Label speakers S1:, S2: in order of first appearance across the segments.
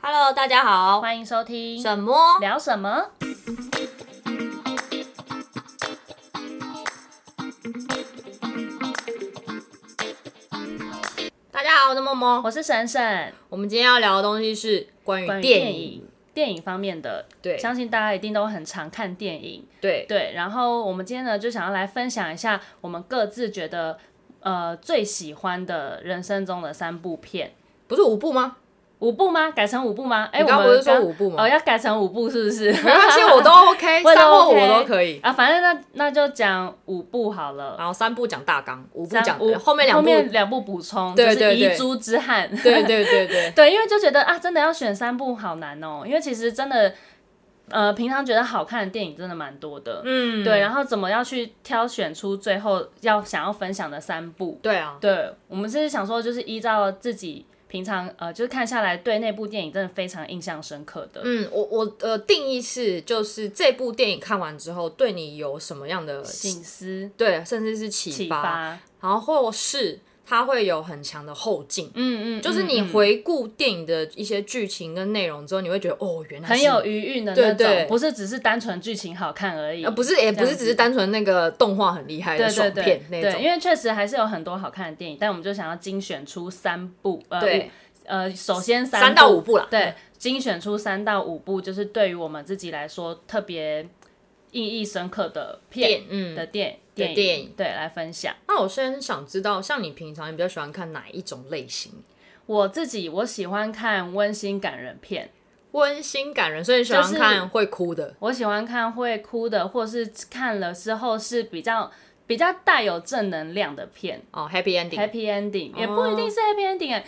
S1: Hello，大家好，
S2: 欢迎收听
S1: 什么？
S2: 聊什么？
S1: 大家好，我是默默。
S2: 我是沈沈，
S1: 我们今天要聊的东西是关于
S2: 关于
S1: 电
S2: 电
S1: 影，
S2: 影电影方面的，
S1: 对
S2: 相信大家一定都很常看电影，
S1: 对，
S2: 对。然后我们今天呢，就想要来分享一下我们各自觉得呃最喜欢的人生中的三部片，
S1: 不是五部 吗？
S2: 五部吗？改成五部吗？哎、
S1: 你刚
S2: 我
S1: 不
S2: 们
S1: 是说五部吗
S2: 哦，要改成五部是不是？
S1: 没关系， 我都 OK，
S2: 我都
S1: 三或五
S2: OK
S1: 我都可以。
S2: 啊，反正那那就讲五部好了。
S1: 然后三部讲大纲，五部
S2: 三
S1: 讲
S2: 五
S1: 后面两
S2: 后
S1: 部，
S2: 面两部补充，
S1: 对对
S2: 就是
S1: 对
S2: 遗珠之憾。
S1: 对对对对
S2: 对，因为就觉得啊，真的要选三部好难哦、因为其实真的，呃，平常觉得好看的电影真的蛮多的，
S1: 嗯，
S2: 对，然后怎么要去挑选出最后要想要分享的三部？
S1: 对啊，
S2: 对我们是想说，就是依照自己平常呃，就是看下来对那部电影真的非常印象深刻的
S1: 嗯，我我呃定义是就是这部电影看完之后对你有什么样的
S2: 醒思
S1: 对，甚至是
S2: 启
S1: 启发，
S2: 发，
S1: 然后或是它会有很强的后劲。
S2: 嗯嗯，
S1: 就是你
S2: 嗯嗯
S1: 回顾电影的一些剧情跟内容之后，你会觉得哦，原来
S2: 很
S1: 是
S2: 有余韵的
S1: 对
S2: 那
S1: 对
S2: 种，不是只是单纯剧情好看而已
S1: 呃，，不是，也
S2: 这
S1: 不是
S2: 样
S1: 只
S2: 子
S1: 是单纯那个动画很厉害的
S2: 对
S1: 爽
S2: 对
S1: 片
S2: 对
S1: 那
S2: 对，
S1: 种。
S2: 因为确实还是有很多好看的电影，但我们就想要精选出三部，呃，
S1: 对
S2: 五呃，首先三
S1: 三到五，部啦，
S2: 对，精选出三到五部，就是对于我们自己来说特别意义深刻的片
S1: 电嗯。
S2: 的电
S1: 的
S2: 影，
S1: 电影
S2: 对，来分享。
S1: 那我先想知道，像你平常你比较喜欢看哪一种类型？
S2: 我自己我喜欢看温馨感人片，
S1: 温馨感人，所以你喜
S2: 就
S1: 欢
S2: 是
S1: 看会哭的。
S2: 我喜欢看会哭的，或是看了之后是比较比较带有正能量的片。
S1: 哦，Happy Ending，
S2: happy ending，也不
S1: 哦
S2: 一定是 happy ending，、欸、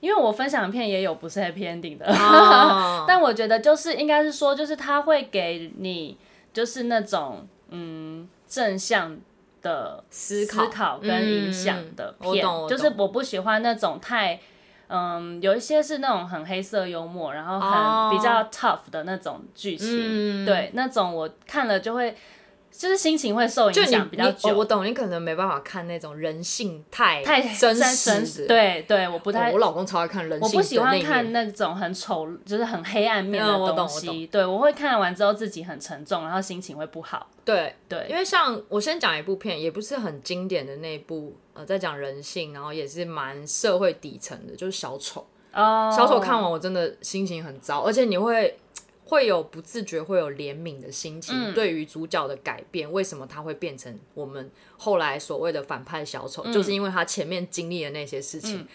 S2: 因为我分享的片也有不是 happy ending 的，
S1: 哦
S2: 但我觉得就是应该是说，就是它会给你就是那种嗯正向的
S1: 思考
S2: 思考跟影响的
S1: 嗯嗯嗯我
S2: 片，
S1: 懂我
S2: 就是我不喜欢那种太。嗯，有一些是那种很黑色幽默，然后
S1: 哦
S2: 很比较 tough 的那种剧情，
S1: 嗯
S2: 对那种我看了就会，就是心情会受
S1: 就
S2: 影
S1: 你
S2: 响比
S1: 你
S2: 较久。
S1: 哦，我懂，你可能没办法看那种人性太
S2: 太
S1: 真
S2: 真
S1: 实的。
S2: 对对，我不
S1: 哦
S2: 太
S1: 我，老公超爱看人性
S2: 我
S1: 的
S2: 不喜欢
S1: 那一面
S2: 看那种很丑，就是很黑暗面
S1: 嗯我
S2: 的
S1: 懂
S2: 东
S1: 我
S2: 西。对，我会看完之后自己很沉重，然后心情会不好。
S1: 对，因
S2: 对，
S1: 为像我先讲一部片，也不是很经典的那一部，呃，在讲人性，然后也是蛮社会底层的，就是小丑。
S2: 哦，
S1: 小丑看完我真的心情很糟，而且你会会有不自觉会有怜悯的心情，
S2: 嗯
S1: 对于主角的改变，为什么他会变成我们后来所谓的反派小丑，
S2: 嗯
S1: 就是因为他前面经历的那些事情。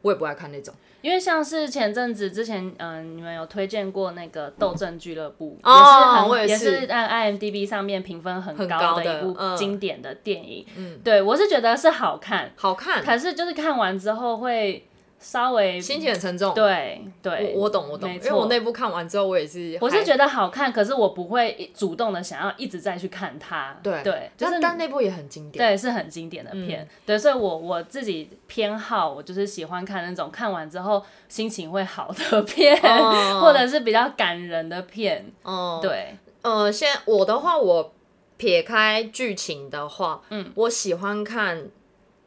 S1: 我也不爱看那种
S2: 因为像是前阵子之前，嗯、你们有推荐过那个《斗阵俱乐部》
S1: 哦我也
S2: 也是
S1: 是
S2: 很也是按 IMDB 上面评分很
S1: 很
S2: 高
S1: 高的
S2: 的一
S1: 嗯
S2: 部经典的电影。嗯，对我是觉得是好看，
S1: 好看，
S2: 可是就是看完之后会稍微
S1: 心情很沉重。
S2: 对对，
S1: 我我懂我懂，
S2: 没
S1: 因
S2: 错
S1: 为我那部看完之后，我也是
S2: 我
S1: 还
S2: 是觉得好看，可是我不会一主动的想要一直再去看它。
S1: 对
S2: 对，就
S1: 但
S2: 是
S1: 但那部也很经典。
S2: 对是很经典的片。对，所以我我自己偏好，我就是喜欢看那种看完之后心情会好的片，
S1: 哦
S2: 或者是比较感人的片。
S1: 哦、
S2: 对，
S1: 呃，先我的话，我撇开剧情的话，嗯，我喜欢看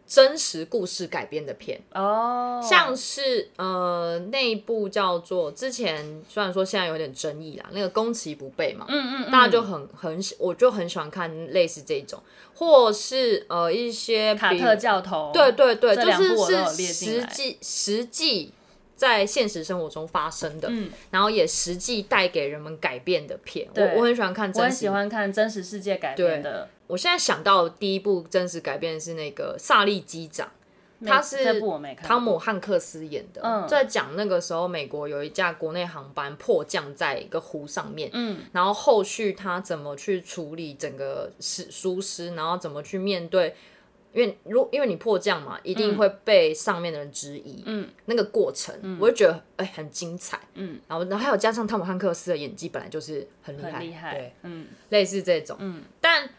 S1: 真实故事改编的片，
S2: 哦，
S1: 像是呃那一部叫做之前虽然说现在有点争议啦，那个攻其不备嘛，
S2: 嗯嗯嗯，
S1: 大家就很很喜，我就很喜欢看类似这种，或是呃一些
S2: 卡
S1: 比
S2: 特教头，
S1: 对对对，
S2: 这
S1: 就
S2: 两部
S1: 是
S2: 我都有
S1: 是
S2: 列进
S1: 实
S2: 来
S1: 际实际在现实生活中发生的，
S2: 嗯
S1: 然后也实际带给人们改变的片。我
S2: 对
S1: 我很喜欢看
S2: 我
S1: 真
S2: 很
S1: 实
S2: 喜
S1: 的。
S2: 欢看真实世界改
S1: 对
S2: 编的，
S1: 我现在想到第一部真实改编是那个《萨利机长》，
S2: 没
S1: 他是
S2: 这部我没看过，
S1: 汤姆汉克斯演的，
S2: 嗯
S1: 在讲那个时候美国有一架国内航班迫降在一个湖上面，
S2: 嗯，
S1: 然后后续他怎么去处理整个失疏失，然后怎么去面对。因为如因为你迫降嘛，一定会被上面的人质疑，
S2: 嗯，
S1: 那个过程，我就觉得哎、很精彩，
S2: 嗯，
S1: 然后然后还有加上汤姆汉克斯的演技本来就是很厉害，
S2: 很厉
S1: 对
S2: 害，，嗯，
S1: 类似这种，嗯，但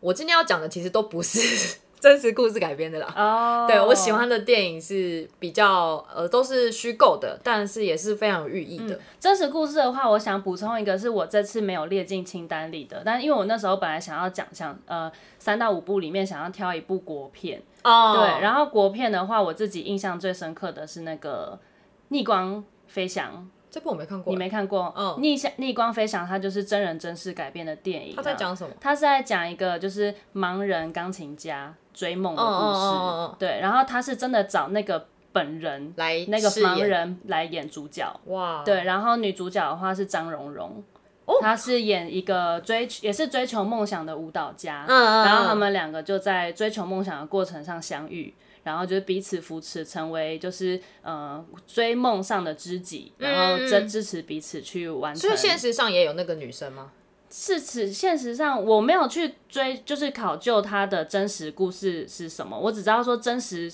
S1: 我今天要讲的其实都不是 真实故事改编的啦，
S2: 哦，
S1: 对我喜欢的电影是比较呃都是虚构的，但是也是非常有寓意的。
S2: 真实故事的话，我想补充一个，是我这次没有列进清单里的，但因为我那时候本来想要讲想呃三到五部里面想要挑一部国片，
S1: 哦
S2: 对，然后国片的话，我自己印象最深刻的是那个《逆光飞翔》，
S1: 这部我没看过
S2: 你，没看过？
S1: 嗯
S2: 逆向逆光飞翔，它就是真人真事改编的电影。啊
S1: 他在，讲什么？
S2: 它是在讲一个就是盲人钢琴家追梦的故事。
S1: 嗯嗯嗯嗯嗯
S2: 对，然后他是真的找那个本人
S1: 来
S2: 那个
S1: 饰演
S2: 盲人来演主角。
S1: 哇，
S2: 对，然后女主角的话是张蓉蓉，
S1: 哦
S2: 她是演一个追也是追求梦想的舞蹈家，
S1: 嗯嗯嗯
S2: 然后他们两个就在追求梦想的过程上相遇，然后就是彼此扶持，成为就是呃追梦上的知己，然后支支持彼此去完成。
S1: 嗯所以现实上也有那个女生吗？
S2: 是此现实上我没有去追，就是考究它的真实故事是什么，我只知道说真实。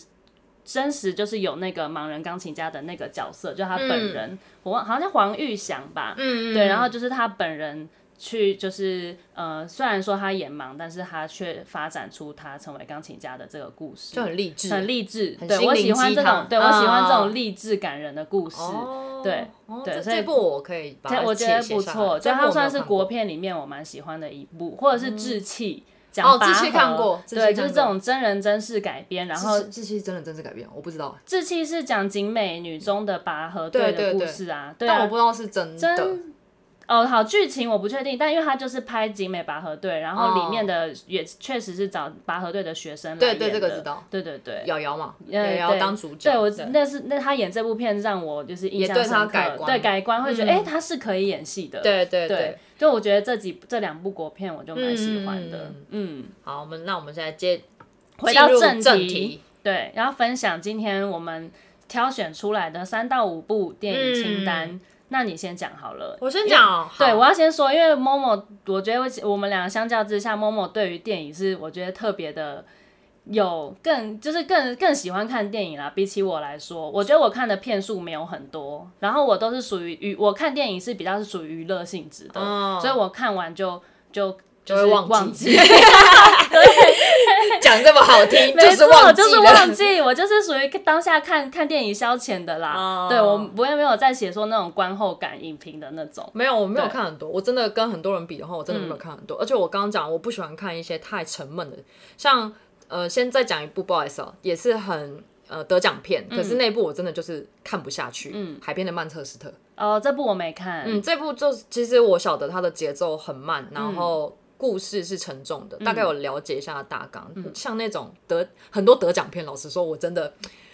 S2: 真实就是有那个盲人钢琴家的那个角色，就他本人，我忘好像黄玉祥吧，
S1: 嗯
S2: 对，然后就是他本人去，就是呃，虽然说他眼盲，但是他却发展出他成为钢琴家的这个故事，
S1: 就很励志，
S2: 很励志。
S1: 很
S2: 对
S1: 心
S2: 我
S1: 灵
S2: 喜欢
S1: 鸡
S2: 这种
S1: 汤，
S2: 对我喜欢这
S1: 嗯嗯
S2: 种励志感人的故事。
S1: 哦，
S2: 对
S1: 哦
S2: 对
S1: 这
S2: 所以
S1: 这部我可以把它
S2: 对，我觉
S1: 写
S2: 得
S1: 写
S2: 不
S1: 下来
S2: 错，
S1: 这
S2: 就
S1: 部我没
S2: 它
S1: 有
S2: 算是
S1: 看
S2: 国
S1: 过嗯
S2: 片里面我蛮喜欢的一部，或者是《志气》讲
S1: 哦
S2: 拔
S1: 志气看
S2: 河
S1: 过志气
S2: 对，
S1: 看
S2: 就是这
S1: 过
S2: 种真人真事改编，然后
S1: 这这些真的真是改编，我不知道，
S2: 志气是讲景美女中的拔河
S1: 对
S2: 队的
S1: 对
S2: 故
S1: 对
S2: 事啊，对
S1: 但
S2: 啊
S1: 我不，知道是真的。
S2: 真哦，好剧情我不确定，但因为他就是拍景美拔河队，然后里面的也确实是找拔河队的学生来
S1: 哦对对
S2: 演
S1: 这个
S2: 的
S1: 知道
S2: 对对对。
S1: 瑶瑶嘛，瑶
S2: 嗯
S1: 瑶
S2: 对
S1: 当主角，
S2: 对我那是那他演这部片让我就是印
S1: 也
S2: 象
S1: 对
S2: 深
S1: 他
S2: 刻，
S1: 改观嗯
S2: 对改观会觉得哎、诶他是可以演戏的，
S1: 对对
S2: 对
S1: 对。，
S2: 就我觉得这几这两部国片我就蛮喜欢的，嗯，
S1: 好，我们那我们现在接
S2: 回到
S1: 进入
S2: 正
S1: 正
S2: 题
S1: 题，
S2: 对，然后分享今天我们挑选出来的三到五部电影清单，那你先讲好了，
S1: 嗯我先讲哦，好
S2: 对，我要先说，因为 Momo，我觉得我们两个相较之下，Momo 对于电影是我觉得特别的有更就是更更喜欢看电影啦。比起我来说，我觉得我看的片数没有很多，然后我都是属于娱，我看电影是比较是属于娱乐性质的，
S1: 哦
S2: 所以我看完就就。
S1: 就会
S2: 是
S1: 忘记
S2: 忘
S1: 讲这么好 听，
S2: 没
S1: 是
S2: 错，
S1: 忘记
S2: 就是
S1: 了
S2: 忘。记，我就是属于当下看看电影消遣的啦。
S1: 哦
S2: 对我不会没有在写说那种观后感影评的那种。
S1: 没有，我没有
S2: 对嗯
S1: 看很多。我真的跟很多人比的话，我真的没有看很多。而且我刚刚讲，我不喜欢看一些太沉闷的，像呃，先再讲一部，不好意思哦，也是很呃得奖片，
S2: 嗯
S1: 可是那部我真的就是看不下去。嗯，海边的曼彻斯特，
S2: 哦，这部我没看。
S1: 嗯，这部就是其实我晓得它的节奏很慢，
S2: 嗯
S1: 然后故事是沉重的，大概有了解一下大纲。
S2: 嗯
S1: 像那种得很多得奖片，老实说，我真的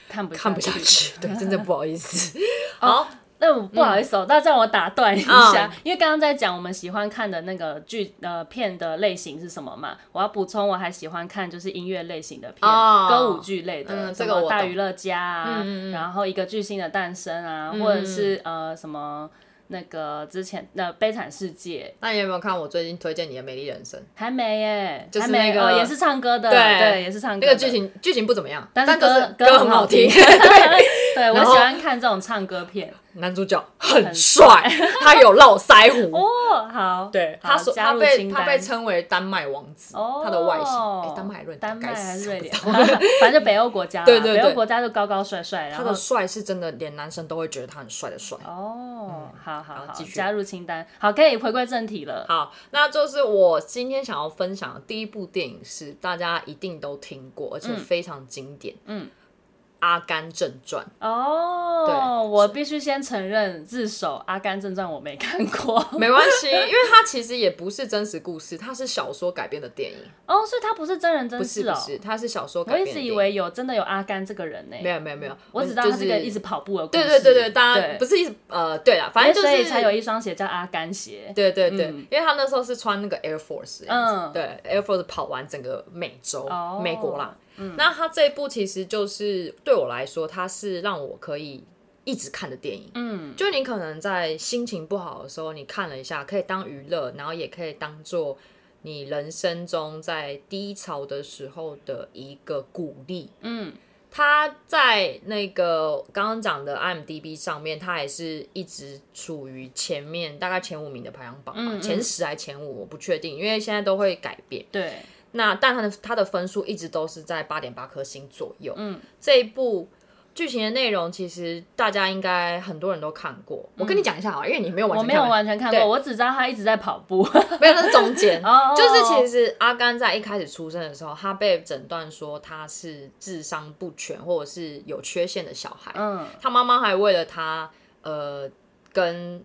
S2: 看不
S1: 看不下去， 对，真的不好意思。好，
S2: 那我 不好意思哦，那这样我打断一下，
S1: 嗯
S2: 因为刚刚在讲我们喜欢看的那个剧呃片的类型是什么嘛，我要补充，我还喜欢看就是音乐类型的片，
S1: 哦
S2: 歌舞剧类的，
S1: 嗯
S2: 什
S1: 这
S2: 么
S1: 个我懂嗯
S2: 大娱乐家啊，然后一个巨星的诞生啊，或者是呃什么那个之前的、呃悲惨世界。
S1: 那你有没有看我最近推荐你的《美丽人生》？
S2: 还没耶，
S1: 就是
S2: 还没
S1: 那个
S2: 哦，也是唱歌的，
S1: 对
S2: 也是唱歌
S1: 那
S2: 的。
S1: 个剧情剧情不怎么样，
S2: 但是
S1: 就
S2: 歌
S1: 是歌
S2: 很
S1: 很
S2: 好
S1: 好听。
S2: 对我
S1: 然
S2: 喜
S1: 后
S2: 欢看这种唱歌片。
S1: 男主角很帅，他有络腮胡。
S2: 哦，好，
S1: 对，
S2: 好
S1: 他说
S2: 加
S1: 他
S2: 入
S1: 被
S2: 清
S1: 他
S2: 单
S1: 被称为丹麦王子，
S2: 哦，
S1: 他的外形，哎，丹麦还是瑞典
S2: 丹麦
S1: 该死
S2: 还是瑞典，
S1: 我不知道
S2: 反正就北欧国家啦，
S1: 对对对
S2: 北欧国家就高高帅帅，然
S1: 他
S2: 后
S1: 的帅是真的，连男生都会觉得他很帅的帅。
S2: 哦，好好好，
S1: 嗯继续
S2: 加入清单，好，可以回归正题了。
S1: 好，那就是我今天想要分享的第一部电影是大家一定都听过，而且非常经典，
S2: 嗯
S1: 《阿甘正传》。
S2: 哦，
S1: 对
S2: 我必须先承认，自首《阿甘正传》我没看过
S1: 没关系，因为它其实也不是真实故事，它是小说改编的 电影，
S2: 哦，所以他不是真人真
S1: 不是
S2: 事
S1: 不
S2: 哦。
S1: 是，它是小说改
S2: 我
S1: 编
S2: 一
S1: 的
S2: 直
S1: 电
S2: 以
S1: 影。
S2: 为有真的有阿甘这个人呢，
S1: 没有没有没有，
S2: 我只知道他
S1: 就是
S2: 个一直跑步的故
S1: 对
S2: 事。
S1: 对对对，大家
S2: 对
S1: 不是一直呃对啦，反正就
S2: 所以
S1: 是
S2: 才有一双鞋叫阿甘鞋。
S1: 对对对，
S2: 嗯
S1: 因为他那时候是穿那个 Air Force，
S2: 嗯
S1: 嗯，对 Air Force 跑完整个美洲、
S2: 哦
S1: 美国啦。那他这一部其实就是对我来说，它是让我可以一直看的电影。
S2: 嗯，
S1: 就你可能在心情不好的时候，你看了一下，可以当娱乐，然后也可以当做你人生中在低潮的时候的一个鼓励。
S2: 嗯，
S1: 他在那个刚刚讲的 IMDB 上面，他也是一直处于前面大概前五名的排行榜嘛，
S2: 嗯嗯
S1: 前十还前五，我不确定，因为现在都会改变。
S2: 对，
S1: 那但他的他的分数一直都是在八点八颗星左右。
S2: 嗯，
S1: 这一部剧情的内容其实大家应该很多人都看过，我跟你讲一下啊，因为你没有完
S2: 嗯我
S1: 全
S2: 没有
S1: 看完
S2: 完全看
S1: 对
S2: 过，我只知道他一直在跑 步。
S1: 没有，那是中间。
S2: 哦
S1: 就是其实阿甘在一开始出生的时候，他被诊断说他是智商不全或者是有缺陷的小孩。
S2: 嗯，
S1: 他妈妈还为了他，呃，跟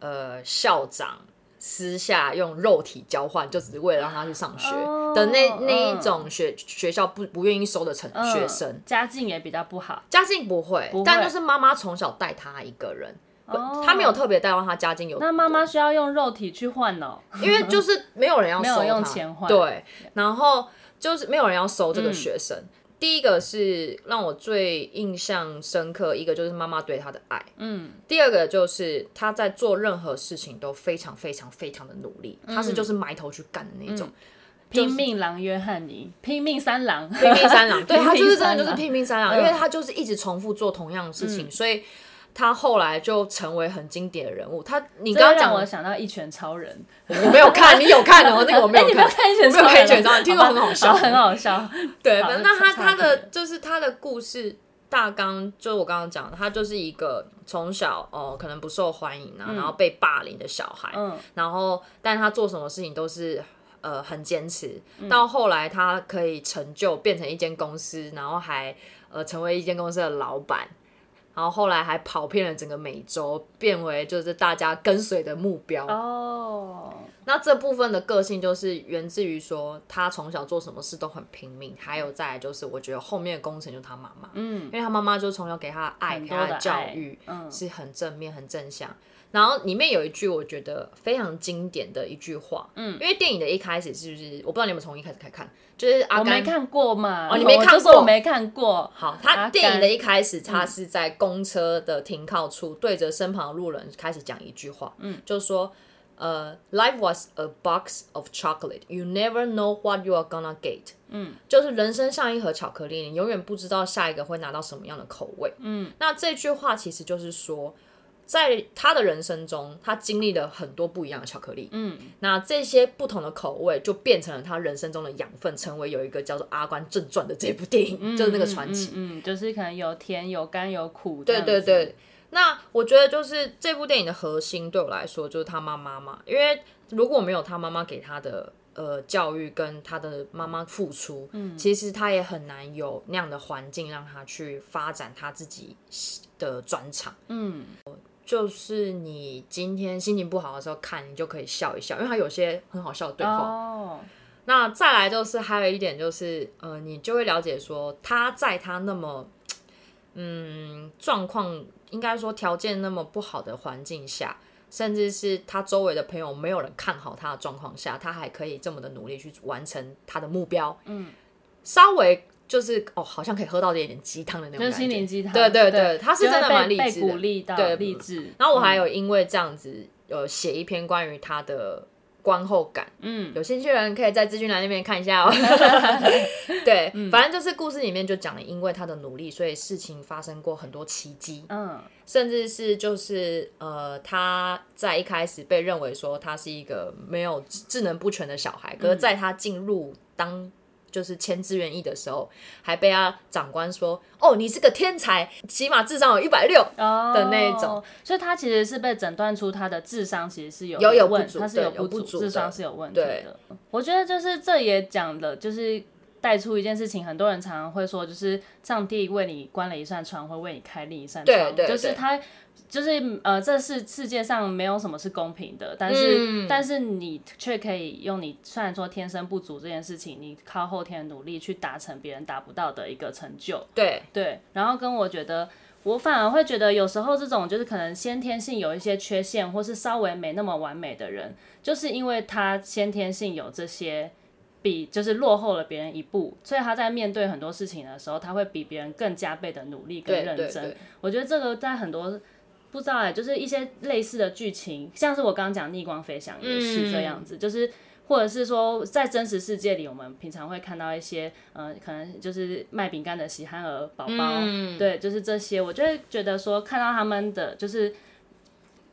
S1: 呃校长私下用肉体交换，就只是为了让他去上学
S2: 哦
S1: 的那、
S2: 嗯
S1: 那一种学学校不不愿意收的成
S2: 嗯
S1: 学生。
S2: 家境也比较不好，
S1: 家境不会，
S2: 不会
S1: 但就是妈妈从小带他一个人，
S2: 哦
S1: 他没有特别带到他家境有，
S2: 那妈妈需要用肉体去换哦。
S1: 因为就是没有人要
S2: 没
S1: 收
S2: 有
S1: 他，
S2: 用钱换嗯
S1: 对，然后就是没有人要收这个学生。第一个是让我最印象深刻，一个就是妈妈对他的爱，
S2: 嗯，
S1: 第二个就是他在做任何事情都非常非常非常的努力，他
S2: 嗯
S1: 是就是埋头去干的那种，
S2: 拼命狼约翰尼，拼命三郎，
S1: 拼命三 郎，对他就是真的就是
S2: 嗯拼
S1: 拼命三郎，因为他就是一直重复做同样的事
S2: 嗯
S1: 情，所以他后来就成为很经典的人物。他你
S2: 命三郎。
S1: 刚
S2: 这
S1: 刚
S2: 让
S1: 讲
S2: 我想到一拳超人，
S1: 我没有看，你有看哦，那个我没有
S2: 哎你没
S1: 看
S2: 有。看一拳
S1: 我
S2: 超
S1: 没有看一
S2: 人啊，
S1: 拳超人听说很好笑
S2: 好很好笑。
S1: 对，
S2: 好
S1: 反正那他
S2: 那差
S1: 他
S2: 不多
S1: 的就是他的故事大纲，就是我刚刚讲的，他就是一个从小哦、可能不受欢迎啊，然后被霸凌的小孩，
S2: 嗯
S1: 然后但他做什么事情都是。呃，很坚持，
S2: 嗯
S1: 到后来他可以成就变成一间公司，然后还呃成为一间公司的老板，然后后来还跑遍了整个美洲，变为就是大家跟随的目标。
S2: 哦，
S1: 那这部分的个性就是源自于说，他从小做什么事都很拼命，还有再来就是，我觉得后面的工程就是他妈妈，
S2: 嗯
S1: 因，为他妈妈就是从小给他的爱，
S2: 很
S1: 给
S2: 多
S1: 他
S2: 的
S1: 的教
S2: 爱
S1: 育，
S2: 嗯
S1: 是很正面、很正向。然后里面有一句我觉得非常经典的一句话，嗯，因为电影的一开始是不是我不知道你们从一开始开始看，就是阿
S2: 我没
S1: 甘。
S2: 看过嘛，
S1: 哦你没
S2: 我
S1: 看
S2: 就说
S1: 过
S2: 我没看过。
S1: 好，嗯
S2: 阿
S1: 他
S2: 甘
S1: 电影的一开始，他是在公车的停靠处，对着身旁的路人开始讲一句话，嗯，就说，呃，life was a box of chocolate, you never know what you are gonna get，嗯，就是人生像一盒巧克力，你永远不知道下一个会拿到什么样的口味，嗯，那这句话其实就是说。在他的人生中，他经历了很多不一样的巧克力，嗯，那这些不同的口味就变成了他人生中的养分，成为有一个叫做《阿甘正传》的这部电影，就是那个传奇。
S2: 嗯，嗯嗯就是可能有甜有甘有苦，
S1: 对对，对，那我觉得就是这部电影的核心对我来说就是他妈妈嘛，因为如果没有他妈妈给他的呃教育跟他的妈妈付出，嗯，其实他也很难有那样的环境让他去发展他自己的专长。
S2: 嗯，
S1: 就是你今天心情不好的时候看，你就可以笑一笑，因为他有些很好笑的对话。
S2: 哦，
S1: 那再来就是还有一点就是，呃，你就会了解说他在他那么，嗯，状况应该说条件那么不好的环境下，甚至是他周围的朋友没有人看好他的状况下，他还可以这么的努力去完成他的目标，嗯，稍微就是哦，好像可以喝到一点鸡汤的那种
S2: 就
S1: 感
S2: 是
S1: 觉，
S2: 心灵鸡汤，
S1: 对对
S2: 对
S1: 对，，他是真的蛮励
S2: 就会被
S1: 志
S2: 被鼓
S1: 的。
S2: 励嗯到，
S1: 对
S2: 励志。
S1: 然后我还有因为这样子，有写一篇关于他的观后感。
S2: 嗯，
S1: 有兴趣的人可以在资讯栏那边看一 下哦。对，
S2: 嗯
S1: 反正就是故事里面就讲了，因为他的努力，所以事情发生过很多奇迹，
S2: 嗯
S1: 甚至是就是呃，他在一开始被认为说他是一个没有智智能不全的小
S2: 嗯
S1: 孩，可是在他进入当。就是签志愿役的时候，还被他长官说：“哦，你是个天才，起码智商有一百六。
S2: 哦
S1: 的那一种，
S2: 所以他其实是被诊断出他的智商其实是有
S1: 有有不
S2: 问，
S1: 足
S2: 他是
S1: 对
S2: 不
S1: 有不足
S2: 智
S1: 的
S2: 商是有问题
S1: 对
S2: 的。我觉得就是这也讲了，就是带出一件事情，很多人常常会说，就是上帝为你关了一扇窗，会为你开另一扇窗，
S1: 对对
S2: 就是
S1: 对
S2: 他。就是呃，这是世界上没有什么是公平的，但
S1: 嗯
S2: 是、但是你却可以用你虽然说天生不足这件事情，你靠后天的努力去达成别人达不到的一个成就，”
S1: 对，
S2: 对，然后跟我觉得，我反而会觉得有时候这种就是可能先天性有一些缺陷，或是稍微没那么完美的人，就是因为他先天性有这些。比就是落后了别人一步，所以他在面对很多事情的时候，他会比别人更加倍的努力、更
S1: 对
S2: 认
S1: 对
S2: 真
S1: 对。
S2: 我觉得这个在很多不知道哎、就是一些类似的剧情，像是我刚刚讲《逆光飞翔》也是这样
S1: 嗯
S2: 子，就是或者是说，在真实世界里，我们平常会看到一些，呃，可能就是卖饼干的喜憨儿宝宝，
S1: 嗯
S2: 对，就是这些，我就会觉得说，看到他们的，就是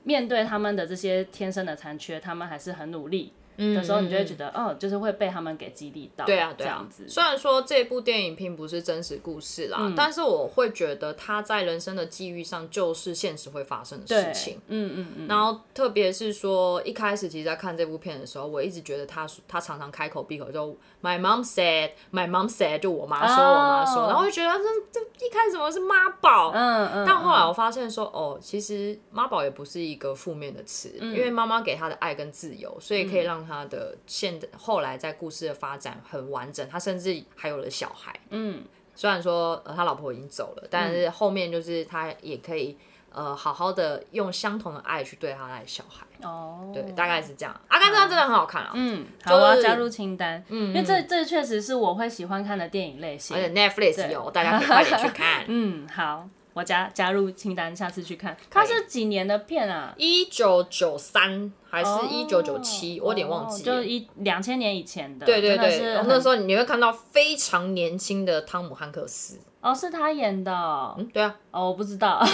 S2: 面对他们的这些天生的残缺，他们还是很努力，的时候，你就会觉得，哦，就是会被他们给激励到，
S1: 嗯对啊，
S2: 这
S1: 对啊
S2: 样子。。嗯
S1: 虽然说这部电影并不是真实故事啦，但是我会觉得它在人生的际遇上就是现实会发生的事
S2: 对
S1: 情。，
S2: 嗯嗯嗯，
S1: 然后，特别是说一开始，其实在看这部片的时候，我一直觉得他他常常开口闭口就 “my mom said”、“my mom said”，就我妈说、
S2: 哦
S1: 我妈说，然后我就觉得嗯这这一开始我是妈宝，
S2: 嗯嗯，
S1: 但后来我发现说，哦，其实妈宝也不是一个负面的词，
S2: 嗯
S1: 因为妈妈给他的爱跟自由，所以可以让他的现后来在故事的发展很完整。他甚至还有了小孩，
S2: 嗯，
S1: 虽然说呃他老婆已经走了，但是后面就是他也可以呃好好的用相同的爱去对他的小孩。
S2: 哦，
S1: 对，大概是这样。阿甘正传真的很好看啊，
S2: 嗯，
S1: 就
S2: 好，我要
S1: 是嗯
S2: 加入清单，因为这这确实是我会喜欢看的电影类型。
S1: 而。且 Netflix 有，大家可以快点去看
S2: 嗯，好，我加加入清单，下次去看。它是几年的片啊？
S1: 一九九三还是
S2: 哦
S1: 一九九七，我有点忘记了
S2: 哦就。一两千年以前的。
S1: 对对
S2: 真的
S1: 对，
S2: 是
S1: 然后
S2: 很
S1: 那时候你会看到非常年轻的汤姆汉克斯。
S2: 哦，是他演的哦，
S1: 嗯，对啊，
S2: 哦我不 知道。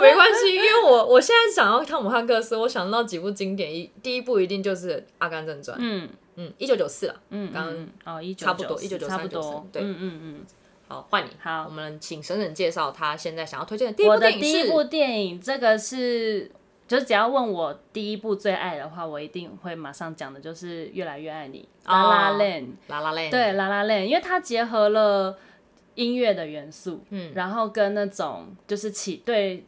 S1: 没关 系，因为我我现在想到汤姆汉克斯，我想到几部经典，一第一部一定就是《阿甘正传》。
S2: 嗯
S1: 嗯，一九九四了。
S2: 嗯，
S1: 刚
S2: 嗯哦，一九
S1: 差不多1993
S2: 差不多
S1: 93，对
S2: 嗯嗯嗯。
S1: 好，换你。
S2: 好
S1: 我们请沈沈介绍他现在想要推荐的第一
S2: 我
S1: 部
S2: 的
S1: 电影
S2: 第一
S1: 是。
S2: 部电影，这个是，就是只要问我第一部最爱的话，我一定会马上讲的，就是《越来越爱你》
S1: 哦
S2: 啦啦 land。
S1: 拉拉链。
S2: 对，啦啦 land，因为它结合了音乐的元素，
S1: 嗯
S2: 嗯，然后跟那种就是起对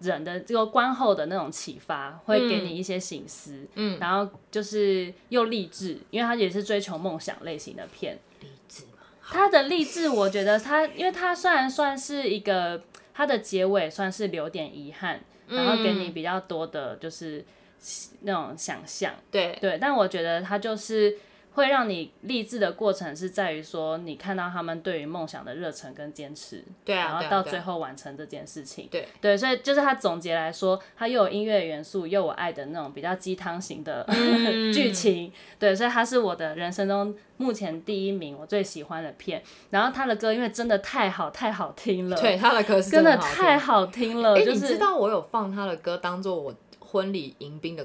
S2: 人的这个观后的那种启发，会给你一些醒思，
S1: 嗯
S2: 嗯，然后就是又励志，因为它也是追求梦想类型的片。
S1: 励志嘛。
S2: 它的励志，我觉得它，因为它虽然算是一个，它的结尾算是留点遗憾，然后给你比较多的就是那种想象，
S1: 对，
S2: 对，但我觉得它就是会让你励志的过程是在于说，你看到他们对于梦想的热忱跟坚持，
S1: 对啊
S2: 然后
S1: 对啊
S2: 到
S1: 对啊
S2: 最后完成这件事情，
S1: 对
S2: 对，所以就是它总结来说，它又有音乐元素，又有我爱的那种比较鸡汤型的
S1: 嗯
S2: 剧情，对，所以它是我的人生中目前第一名，我最喜欢的片。然后他的歌因为真的太好太好听了，
S1: 对，，他的歌是
S2: 真的
S1: 好听
S2: 太好听了，
S1: 哎、
S2: 就
S1: 你知
S2: 是。
S1: 道我有放他的歌当做我婚礼迎宾的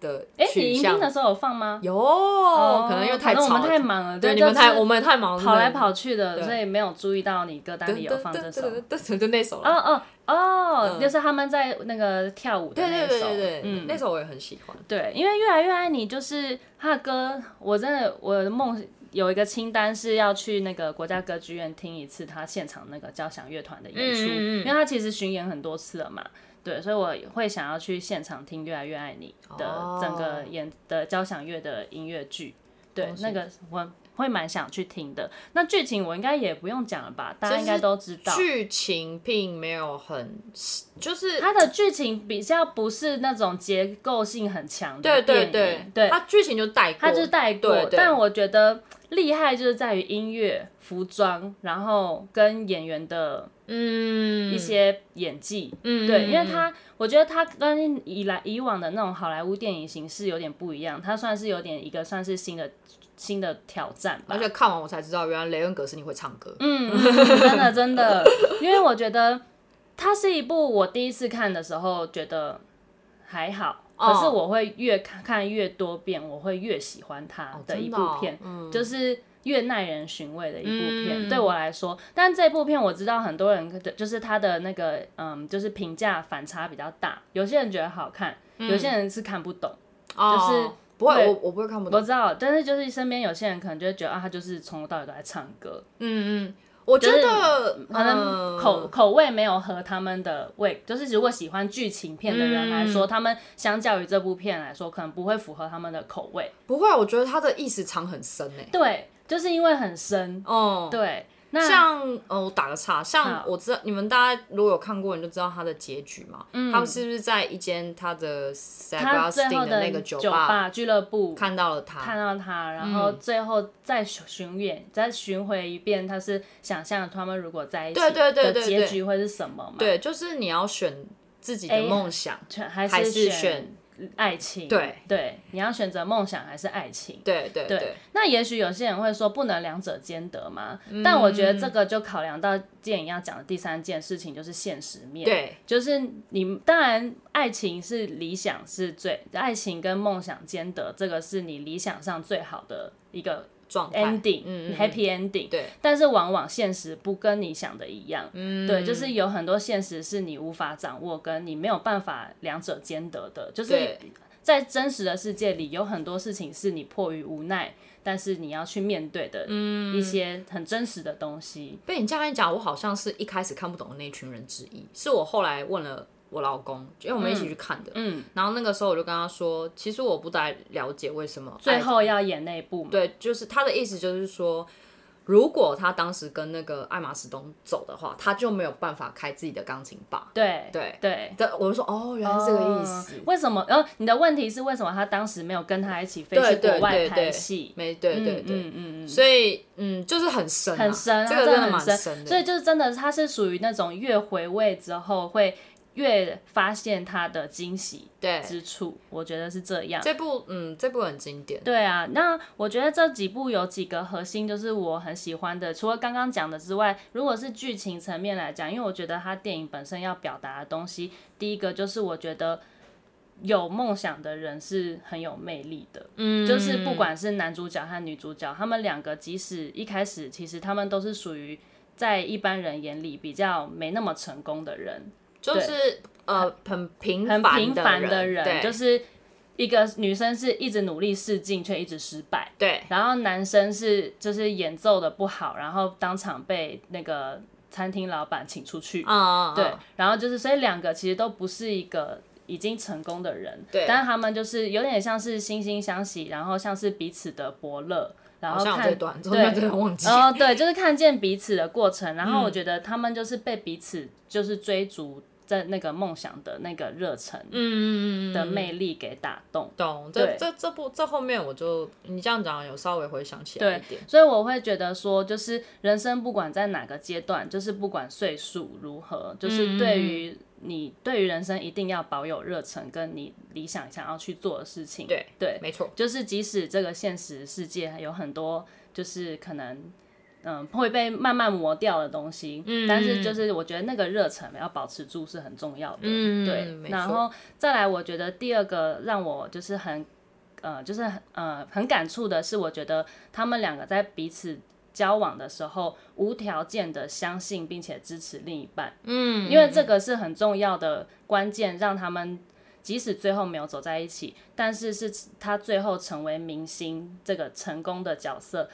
S1: 的
S2: 哎，你
S1: 取
S2: 迎
S1: 向
S2: 宾的时候有放吗？
S1: 有、
S2: 哦
S1: 可能因为太
S2: 可
S1: 吵
S2: 我
S1: 了，
S2: 们太忙了，
S1: 对，
S2: 对，
S1: 你们
S2: 这
S1: 太
S2: 次
S1: 我们太忙了，
S2: 跑来
S1: 对
S2: 跑去的，
S1: 对
S2: 所以没有注意到你歌单里有放这首。
S1: 就那首
S2: 哦
S1: 了。
S2: 哦哦，就是他们在那个跳舞的
S1: 对
S2: 那
S1: 对嗯对
S2: 一首，
S1: 对对，
S2: 嗯，
S1: 那首我也很喜欢。
S2: 对，因为越来越爱你就是他的歌，我真的我的梦有一个清单是要去那个国家歌剧院听一次他现场那个交响乐团的演出，
S1: 嗯嗯嗯
S2: 因为他其实巡演很多次了嘛。对，所以我会想要去现场听《越来越爱你》
S1: 哦
S2: 的整个演的交响乐的音乐剧，对
S1: 恭，喜
S2: 那个我会蛮想去听的。那剧情我应该也不用讲了吧，大家应该都知道。
S1: 剧情并没有很，就是
S2: 它的剧情比较不是那种结构性很强
S1: 对
S2: 的电
S1: 对
S2: 影，
S1: 对啊
S2: 对，
S1: 它剧情就带过，
S2: 他就是带过，
S1: 对对
S2: 但我觉得厉害就是在于音乐、服装，然后跟演员的
S1: 嗯
S2: 一些演技。
S1: 嗯
S2: 对，因为他我觉得他跟以来以往的那种好莱坞电影形式有点不一样，他算是有点一个算是新的新的挑战吧
S1: 而。且看完我才知道，原来雷恩·格斯你会唱歌。
S2: 嗯，嗯真的真的，因为我觉得它是一部我第一次看的时候觉得还好，
S1: 哦
S2: 可是我会越看看越多遍，我会越喜欢它的一部片，
S1: 真的哦
S2: 就是。越耐人寻味的一部片，
S1: 嗯
S2: 对我来说，但这部片我知道很多人就是它的那个嗯，就是评价反差比较大，有些人觉得好看，
S1: 嗯
S2: 有些人是看不懂。
S1: 哦不会，我我不会看不懂。
S2: 我知道，但是就是身边有些人可能就会觉得啊，他就是从头到尾都在唱歌，
S1: 嗯嗯，我觉得
S2: 可能
S1: 嗯
S2: 口、口味没有合他们的味，就是如果喜欢剧情片的人来
S1: 嗯
S2: 说，他们相较于这部片来说，可能不会符合他们的口味。
S1: 不会，我觉得他的意思藏很深欸诶。
S2: 对，就是因为很深。
S1: 哦，
S2: 对，那
S1: 像呃，我打个岔，像
S2: 好
S1: 我知道你们大家如果有看过，你就知道他的结局嘛。他们是不是在一间他的 s a b a
S2: 嗯他
S1: s
S2: 最
S1: t i
S2: 后
S1: n 的那个
S2: 酒
S1: 吧嗯
S2: 俱乐部
S1: 看到了他？
S2: 看到他，然后最后再巡巡演，再巡回一遍，他是想象他们如果在一起
S1: 对对对
S2: 的
S1: 对
S2: 结
S1: 对
S2: 嗯局会是什么嘛？
S1: 对，就是你要选自己的梦想，
S2: 哎全还
S1: 还是
S2: 是
S1: 选
S2: 爱情，
S1: 对
S2: 对，你要选择梦想还是爱情？
S1: 对对
S2: 对，那也许有些人会说不能两者兼得嘛，但我觉得
S1: 嗯
S2: 这个就考量到电影要讲的第三件事情就是现实面，
S1: 对，
S2: 就是你当然爱情是理想是最，爱情跟梦想兼得，这个是你理想上最好的一个
S1: 状态，
S2: ending，
S1: 嗯嗯嗯
S2: happy ending，
S1: 对，
S2: 但是往往现实不跟你想的一样，
S1: 嗯
S2: 对，就是有很多现实是你无法掌握，跟你没有办法两者兼得的，就是
S1: 对
S2: 在真实的世界里，有很多事情是你迫于无奈，但是你要去面对的
S1: 嗯
S2: 一些很真实的东西。
S1: 被你这样一讲，我好像是一开始看不懂的那一群人之一，是我后来问了我老公，因为我们一起去看的，
S2: 嗯，
S1: 然后那个时候我就跟他说，其实我不太了解为什么
S2: 最
S1: 爱
S2: 后要演那一部嘛，
S1: 对，就是他的意思就是说，如果他当时跟那个艾玛史东走的话，他就没有办法开自己的钢琴吧？
S2: 对
S1: 对，
S2: 对，
S1: 对，我就说哦，原来是这个意思，
S2: 哦为什么？呃，你的问题是为什么他当时没有跟他一起飞
S1: 对
S2: 去
S1: 对
S2: 国外
S1: 对对
S2: 拍戏？
S1: 没对
S2: 嗯
S1: 对对，
S2: 嗯嗯嗯，
S1: 所以嗯，就是很深、啊，
S2: 很深啊，
S1: 这个真的
S2: 很
S1: 蛮
S2: 深，
S1: 的，
S2: 所以就是真的，它是属于那种越回味之后会越发现它的惊喜
S1: 对
S2: 之处，我觉得是这样。
S1: 这部嗯这部很经典，
S2: 对啊，那我觉得这几部有几个核心，就是我很喜欢的。除了刚刚讲的之外，如果是剧情层面来讲，因为我觉得它电影本身要表达的东西，第一个就是我觉得有梦想的人是很有魅力的。
S1: 嗯
S2: 就是不管是男主角和女主角，他们两个即使一开始其实他们都是属于在一般人眼里比较没那么成功的人，
S1: 就是呃很平
S2: 很平凡的
S1: 人，对
S2: 人，就是一个女生是一直努力试镜却一直失败，
S1: 对
S2: 然后男生是就是演奏的不好，然后当场被那个餐厅老板请出去，
S1: 啊，
S2: 对，然后就是所以两个其实都不是一个已经成功的人，
S1: 对
S2: 但是他们就是有点像是惺惺相惜，然后像是彼此的伯乐，然
S1: 好
S2: 后
S1: 像有
S2: 看
S1: 这段，真的真的忘记，嗯
S2: 哦，对，就是看见彼此的过程，然后我觉得他们就是被彼此就是追逐在那个梦想的那个热忱
S1: 嗯嗯嗯嗯
S2: 的魅力给打动。
S1: 懂，
S2: 对
S1: 这这这部这后面我就你这样讲有稍微回想起来一点，
S2: 所以我会觉得说，就是人生不管在哪个阶段，就是不管岁数如何，
S1: 嗯
S2: 就是对于你对于人生一定要保有热忱，跟你理想想要去做的事情。
S1: 对
S2: 对，
S1: 没错，
S2: 就是即使这个现实世界有很多，就是可能。嗯，会被慢慢磨掉的东西，嗯、但是就是我觉得那个热忱要保持住是很重要的。
S1: 嗯
S2: 对，
S1: 没
S2: 然
S1: 错，
S2: 后再来，我觉得第二个让我就是很呃，就是很呃很感触的是，我觉得他们两个在彼此交往的时候，无条件的相信并且支持另一半，
S1: 嗯，
S2: 因为这个是很重要的关键，让他们。即使最后没有走在一起，但是是他最后成为明星这个成功的角色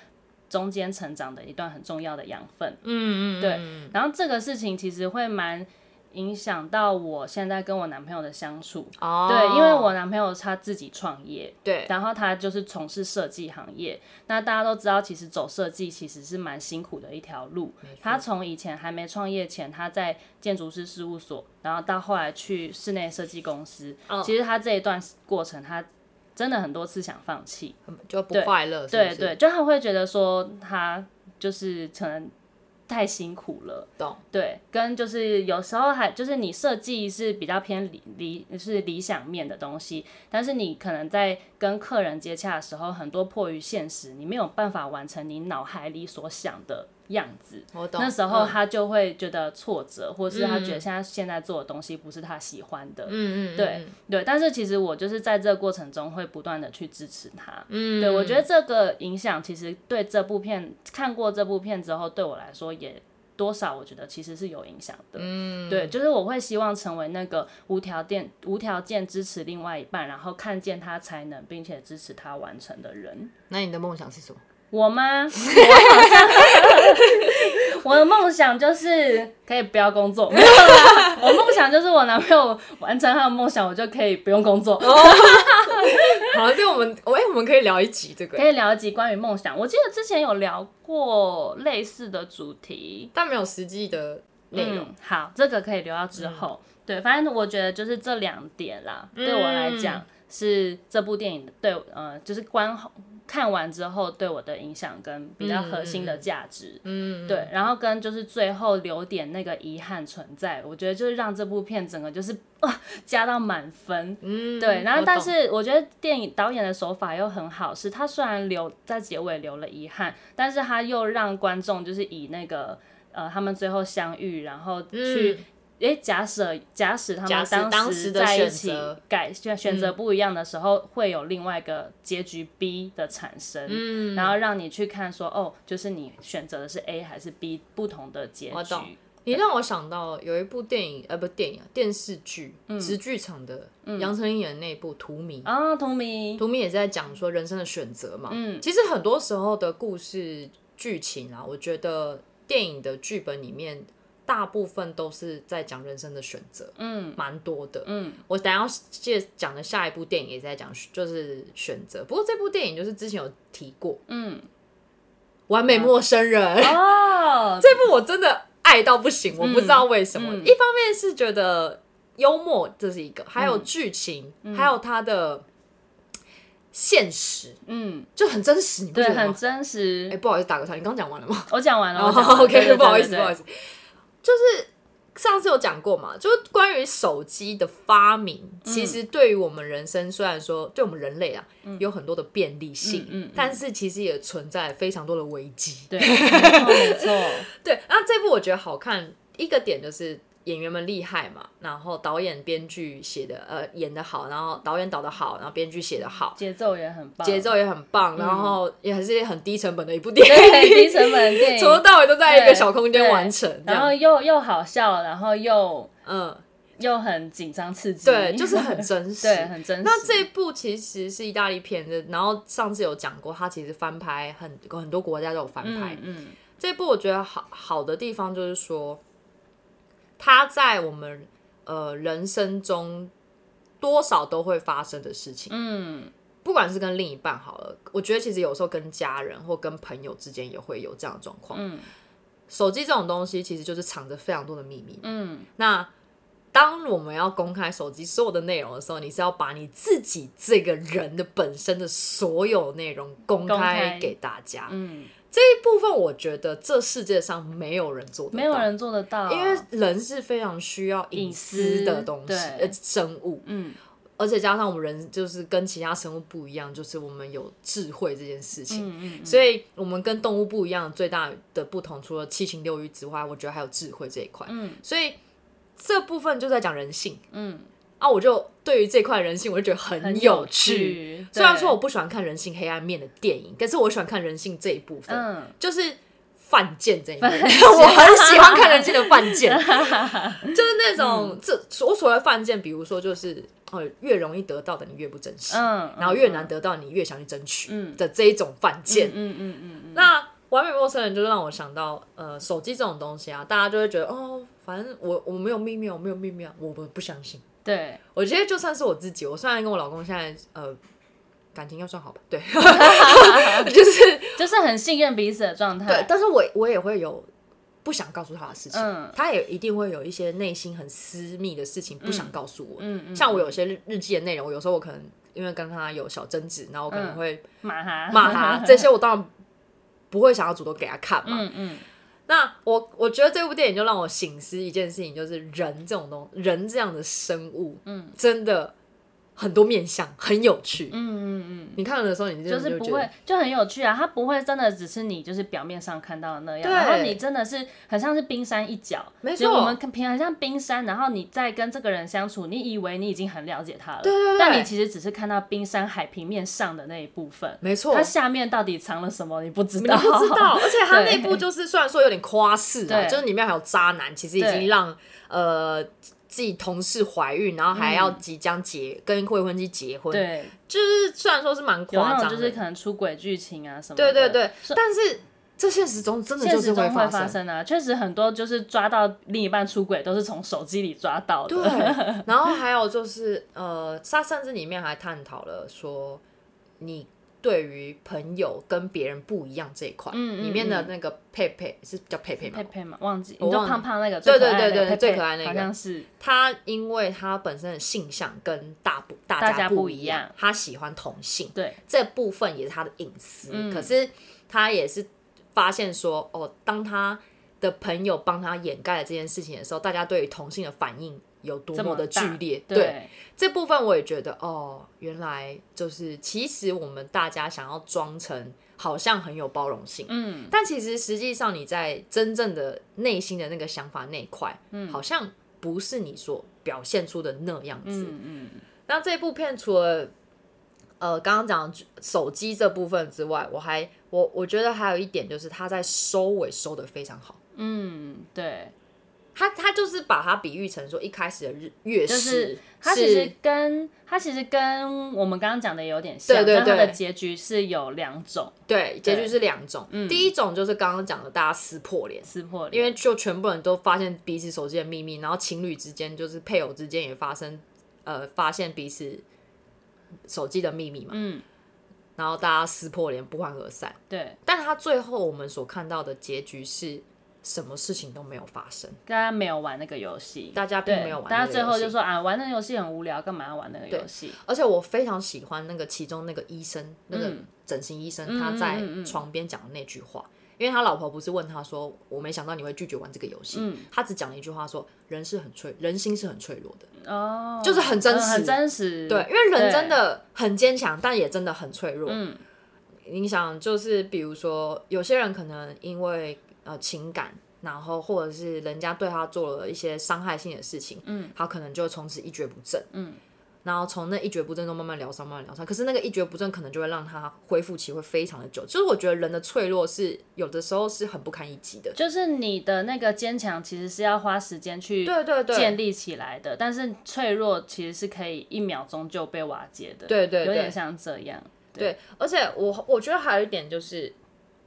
S2: 中间成长的一段很重要的养分。
S1: 嗯嗯，
S2: 对
S1: 嗯，
S2: 然后这个事情其实会蛮影响到我现在跟我男朋友的相处。
S1: 哦，
S2: 对，因为我男朋友他自己创业，
S1: 对
S2: 然后他就是从事设计行业。那大家都知道，其实走设计其实是蛮辛苦的一条路。他从以前还没创业前，他在建筑师事务所，然后到后来去室内设计公司。
S1: 嗯
S2: 其实他这一段过程，他真的很多次想放弃。
S1: 很就不快乐，哦是不
S2: 对
S1: 是，
S2: 对，就他会觉得说他就是可能太辛苦了，
S1: 懂？
S2: 对，跟就是有时候还就是你设计是比较偏理理是理想面的东西，但是你可能在跟客人接洽的时候，很多迫于现实，你没有办法完成你脑海里所想的样子。
S1: 我懂。
S2: 那时候
S1: 嗯
S2: 他就会觉得挫折，或是他觉得现在现在做的东西不是他喜欢的，
S1: 嗯嗯，
S2: 对对，但是其实我就是在这个过程中会不断的去支持他，
S1: 嗯，
S2: 对我觉得这个影响其实对这部片看过这部片之后，对我来说也多少我觉得其实是有影响的，嗯，对，就是我会希望成为那个无条件无条件支持另外一半，然后看见他才能，并且支持他完成的人。
S1: 那你的梦想是什么？
S2: 我吗？我好像 我的梦想就是可以不要工作，没有啦。我梦想就是我男朋友完成他的梦想，我就可以不用工作。
S1: 好，这个我们，哎，我们可以聊一集这个，
S2: 可以聊一集关于梦想。我记得之前有聊过类似的主题
S1: 但没有实际的内容。
S2: 嗯。好，这个可以留到之后。对，反正我觉得就是这两点啦，对我来讲是这部电影对呃，就是观后看完之后对我的影响跟比较核心的价值，嗯，对，然后跟就是最后留点那个遗憾存在，我觉得就是让这部片整个就是啊加到满分，
S1: 嗯，
S2: 对，然后
S1: 我
S2: 但
S1: 懂
S2: 是我觉得电影导演的手法又很好，是他虽然留在结尾留了遗憾，但是他又让观众就是以那个呃他们最后相遇，然后去诶、假设假使
S1: 嗯
S2: 他
S1: 假
S2: 们
S1: 使当时的
S2: 在一
S1: 选
S2: 起
S1: 择嗯
S2: 改选选择不一样的时候，会有另外一个结局 B 的产生，嗯，然后让你去看说哦，就是你选择的是 A 还是 B 不同的结
S1: 我懂
S2: 局，
S1: 你让我想到有一部电影，呃，不，电影啊，电视剧，嗯直剧场的杨丞琳演的那一部《荼蘼》，
S2: 啊，同名，
S1: 荼蘼也是在讲说人生的选择嘛。
S2: 嗯，
S1: 其实很多时候的故事剧情啊，我觉得电影的剧本里面大部分都是在讲人生的选择，
S2: 嗯
S1: 蛮多的。
S2: 嗯，
S1: 我等一下要借讲的下一部电影也是在讲就是选择，不过这部电影就是之前有提过《
S2: 嗯，
S1: 完美陌生人》
S2: 哦，
S1: 这部我真的爱到不行，我不知道为什么。
S2: 嗯
S1: 一方面是觉得幽默这是一个，还
S2: 嗯
S1: 有剧情，还有它的现实
S2: 嗯。
S1: 就很真实，你不
S2: 对，
S1: 觉得
S2: 很
S1: 吗？
S2: 真
S1: 哎、
S2: 实。
S1: 不好意思，打个岔，你刚讲完了吗？
S2: 我讲完了，我
S1: 然
S2: 讲
S1: 后
S2: 完
S1: 哦
S2: 了
S1: OK，
S2: 对对对
S1: 不好意思，
S2: 对
S1: 不好意思，就是上次有讲过嘛，就是关于手机的发明，
S2: 嗯
S1: 其实对于我们人生，虽然说对我们人类啊、有很多的便利性，
S2: 嗯嗯嗯嗯
S1: 但是其实也存在非常多的危机。
S2: 对，没错没错，
S1: 对，那这部我觉得好看，一个点就是演员们厉害嘛，然后导演、编剧写的呃演的好，然后导演导的好，然后编剧写的好，
S2: 节奏也很棒，
S1: 节奏也很棒，然后也是很低成本的一部电
S2: 嗯对
S1: 影，
S2: 低成 本电
S1: 从头
S2: 影，
S1: 到尾都在一个
S2: 对
S1: 小空间
S2: 哎对
S1: 完成，这
S2: 然后
S1: 样，
S2: 又又好笑，然后又
S1: 嗯，
S2: 又很紧张刺激，
S1: 对，就是很真实，
S2: 嗯 对，很真实。
S1: 那这部其实是意大利片的，然后上次有讲过，它其实翻拍很很多国家都有翻拍，
S2: 嗯嗯
S1: 这部我觉得好好的地方就是说，它在我们呃人生中多少都会发生的事情，
S2: 嗯
S1: 不管是跟另一半好了，我觉得其实有时候跟家人或跟朋友之间也会有这样的状况。
S2: 嗯
S1: 手机这种东西其实就是藏着非常多的秘密。
S2: 嗯，
S1: 那当我们要公开手机所有的内容的时候，你是要把你自己这个人的本身的所有内容公
S2: 公开
S1: 开给大家。
S2: 嗯，
S1: 这一部分，我觉得这世界上没有人做得到，
S2: 没有人做得到，
S1: 因为人是非常需要隐私的东西，
S2: 隐私对
S1: 呃，生物，
S2: 嗯
S1: 而且加上我们人就是跟其他生物不一样，就是我们有智慧这件事情。
S2: 嗯嗯，
S1: 所以，我们跟动物不一样，最大的不同，除了七情六欲之外，我觉得还有智慧这一块。
S2: 嗯
S1: 所以这部分就在讲人性
S2: 嗯，
S1: 啊，我就对于这块人性，我就觉得很
S2: 很
S1: 有趣。
S2: 趣。
S1: 虽然
S2: 对
S1: 说我不喜欢看人性黑暗面的电影，但是我喜欢看人性这一部分。
S2: 嗯，
S1: 就是犯贱这一面， 我很喜欢看人家的犯 贱，就是那
S2: 嗯
S1: 种这我所谓犯贱，比如说就是呃越容易得到的你越不珍惜，
S2: 嗯，
S1: 然后越难得到你越想去争取
S2: 嗯
S1: 的这一种犯
S2: 见，
S1: 贱。
S2: 嗯嗯嗯嗯，
S1: 那完美陌生人就让我想到呃手机这种东西啊，大家就会觉得哦，反正我我没有秘密，我没有秘密啊，我不不相信。
S2: 对，
S1: 我觉得就算是我自己，我虽然跟我老公现在呃感情要算好吧，对，就是
S2: 就是很信任彼此的状态，
S1: 对，但是我我也会有不想告诉他的事情，
S2: 嗯
S1: 他也一定会有一些内心很私密的事情不想告诉我。
S2: 嗯嗯，
S1: 像我有些日日记的内容，有时候我可能因为跟他有小争执，然后我可能
S2: 嗯
S1: 会
S2: 骂他，
S1: 骂他，这些我当然不会想要主动给他看嘛。
S2: 嗯嗯
S1: 那我我觉得这部电影就让我醒思一件事情，就是人这种东人这样的生物，
S2: 嗯，
S1: 真的很多面相，很有趣。
S2: 嗯嗯
S1: 你看了的时候，你真
S2: 嗯，就
S1: 的
S2: 是
S1: 觉
S2: 不
S1: 得
S2: 会，就很有趣啊。它不会真的只是你就是表面上看到的那样，
S1: 对
S2: 然后你真的是很像是冰山一角。
S1: 没错
S2: 就我们平很像冰山，然后你在跟这个人相处，你以为你已经很了解他了，
S1: 对对对
S2: 但你其实只是看到冰山海平面上的那一部分，
S1: 没错
S2: 它，下面到底藏了什么，你不知
S1: 你
S2: 道。
S1: 不知道，而且它
S2: 对
S1: 内部就是虽然说有点夸饰啊，
S2: 对
S1: 就是里面还有渣男，其实已经
S2: 对
S1: 让呃自己同事怀孕，然后还要即将结、跟未婚妻结婚，
S2: 嗯对，
S1: 就是虽然说是蛮
S2: 有
S1: 夸
S2: 那种
S1: 张
S2: 就
S1: 的，
S2: 是可能出轨剧情啊什么
S1: 对
S2: 的。
S1: 对对，
S2: 是
S1: 但是这现实中真的
S2: 现
S1: 就
S2: 实
S1: 是
S2: 中会
S1: 发
S2: 发。生啊，确实很多就是抓到另一半出轨都是从手机里抓到的。
S1: 对，然后还有就是，呃，他甚至里面还探讨了说，你对于朋友跟别人不一样这一块，
S2: 嗯嗯
S1: 里面的那个佩佩是叫佩佩吗
S2: 佩？佩嘛，忘记，
S1: 我
S2: 你说
S1: 忘了
S2: 胖胖那个，
S1: 对
S2: 最可爱的
S1: 对对对
S2: 佩佩
S1: 最可爱那个
S2: 好像是，
S1: 他因为他本身的性向跟大不大
S2: 大家
S1: 不
S2: 不一样
S1: 他喜欢同性，
S2: 对，
S1: 这部分也是他的隐私。
S2: 嗯
S1: 可是他也是发现说，哦，当他的朋友帮他掩盖了这件事情的时候，大家对于同性的反应有多
S2: 这
S1: 么
S2: 么
S1: 的
S2: 大
S1: 剧烈。对
S2: 对，
S1: 这部分，我也觉得，哦，原来就是其实我们大家想要装成好像很有包容性，
S2: 嗯，
S1: 但其实实际上你在真正的内心的那个想法那一块，
S2: 嗯
S1: 好像不是你所表现出的那样子。
S2: 嗯嗯，
S1: 那这部片除了呃刚刚讲的手机这部分之外，我还我我觉得还有一点就是他在收尾收的非常好。
S2: 嗯，对，
S1: 他他就是把它比喻成说一开始的日月
S2: 就
S1: 食
S2: 是，它其实跟它其实跟我们刚刚讲的有点像，
S1: 对对
S2: 但它的
S1: 对
S2: 结局是有两种
S1: 对结局
S2: 对嗯
S1: 是两种，第一种就是刚刚讲的大家撕破脸。
S2: 撕破脸，
S1: 因为就全部人都发现彼此手机的秘密，然后情侣之间就是配偶之间也发生，呃，发现彼此手机的秘密嘛，
S2: 嗯，
S1: 然后大家撕破脸，不欢而散。
S2: 对，
S1: 但他最后我们所看到的结局是什么事情都没有发生，
S2: 大家没有玩那个游戏，
S1: 大家并
S2: 对
S1: 没有玩
S2: 大
S1: 那
S2: 家
S1: 个游戏。
S2: 最后就说啊，玩那个游戏很无聊，干嘛要玩那个游戏？
S1: 而且我非常喜欢那个其中那个医生，那个整形医生，
S2: 嗯
S1: 他在
S2: 嗯嗯嗯
S1: 床边讲的那句话。因为他老婆不是问他说：“我没想到你会拒绝玩这个游戏。
S2: 嗯
S1: 他只讲了一句话说：“人是很脆，人心是很脆弱的。
S2: 哦，
S1: 就是很真
S2: 嗯
S1: 实
S2: 很真实，
S1: 对，因为人真的很坚强，但也真的很脆弱。
S2: 嗯
S1: 你想，就是比如说，有些人可能因为呃情感，然后或者是人家对他做了一些伤害性的事情，
S2: 嗯，
S1: 他可能就从此一蹶不振，
S2: 嗯，
S1: 然后从那一蹶不振中慢慢疗伤，慢慢疗伤。可是那个一蹶不振可能就会让他恢复期会非常的久。就是我觉得人的脆弱是有的时候是很不堪一击的。
S2: 就是你的那个坚强其实是要花时间去
S1: 对对对，
S2: 建立起来的，但是脆弱其实是可以一秒钟就被瓦解的，
S1: 对对
S2: 有
S1: 对
S2: 点像这样，
S1: 对，而且我我觉得还有一点就是，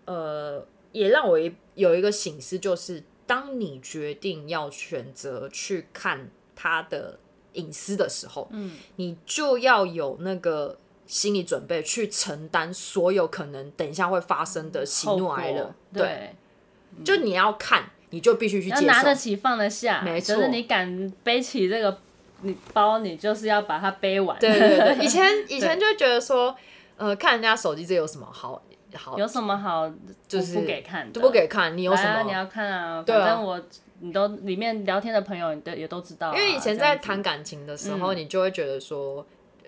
S1: 呃，也让我一有一个醒思，就是当你决定要选择去看他的隐私的时候，
S2: 嗯，
S1: 你就要有那个心理准备去承担所有可能等一下会发生的喜
S2: 后
S1: 怒
S2: 果
S1: 哀乐。对，
S2: 对，嗯
S1: 就你要看，你就必须去
S2: 要
S1: 接
S2: 拿得
S1: 受。
S2: 起放得下，
S1: 没
S2: 就
S1: 错
S2: 是你敢背起这个你包，你就是要把它背完，
S1: 对对 对，以前以前就会觉得说，呃，看人家手机这有什么好好，
S2: 有什么好
S1: 就是
S2: 不给看的，
S1: 都不给看，你有什
S2: 来啊
S1: 么
S2: 你要看啊，
S1: 对啊
S2: 反正我你都里面聊天的朋友，你都也都知道啊、
S1: 因为以前在
S2: 这样
S1: 谈
S2: 子嗯
S1: 感情的时候，你就会觉得说，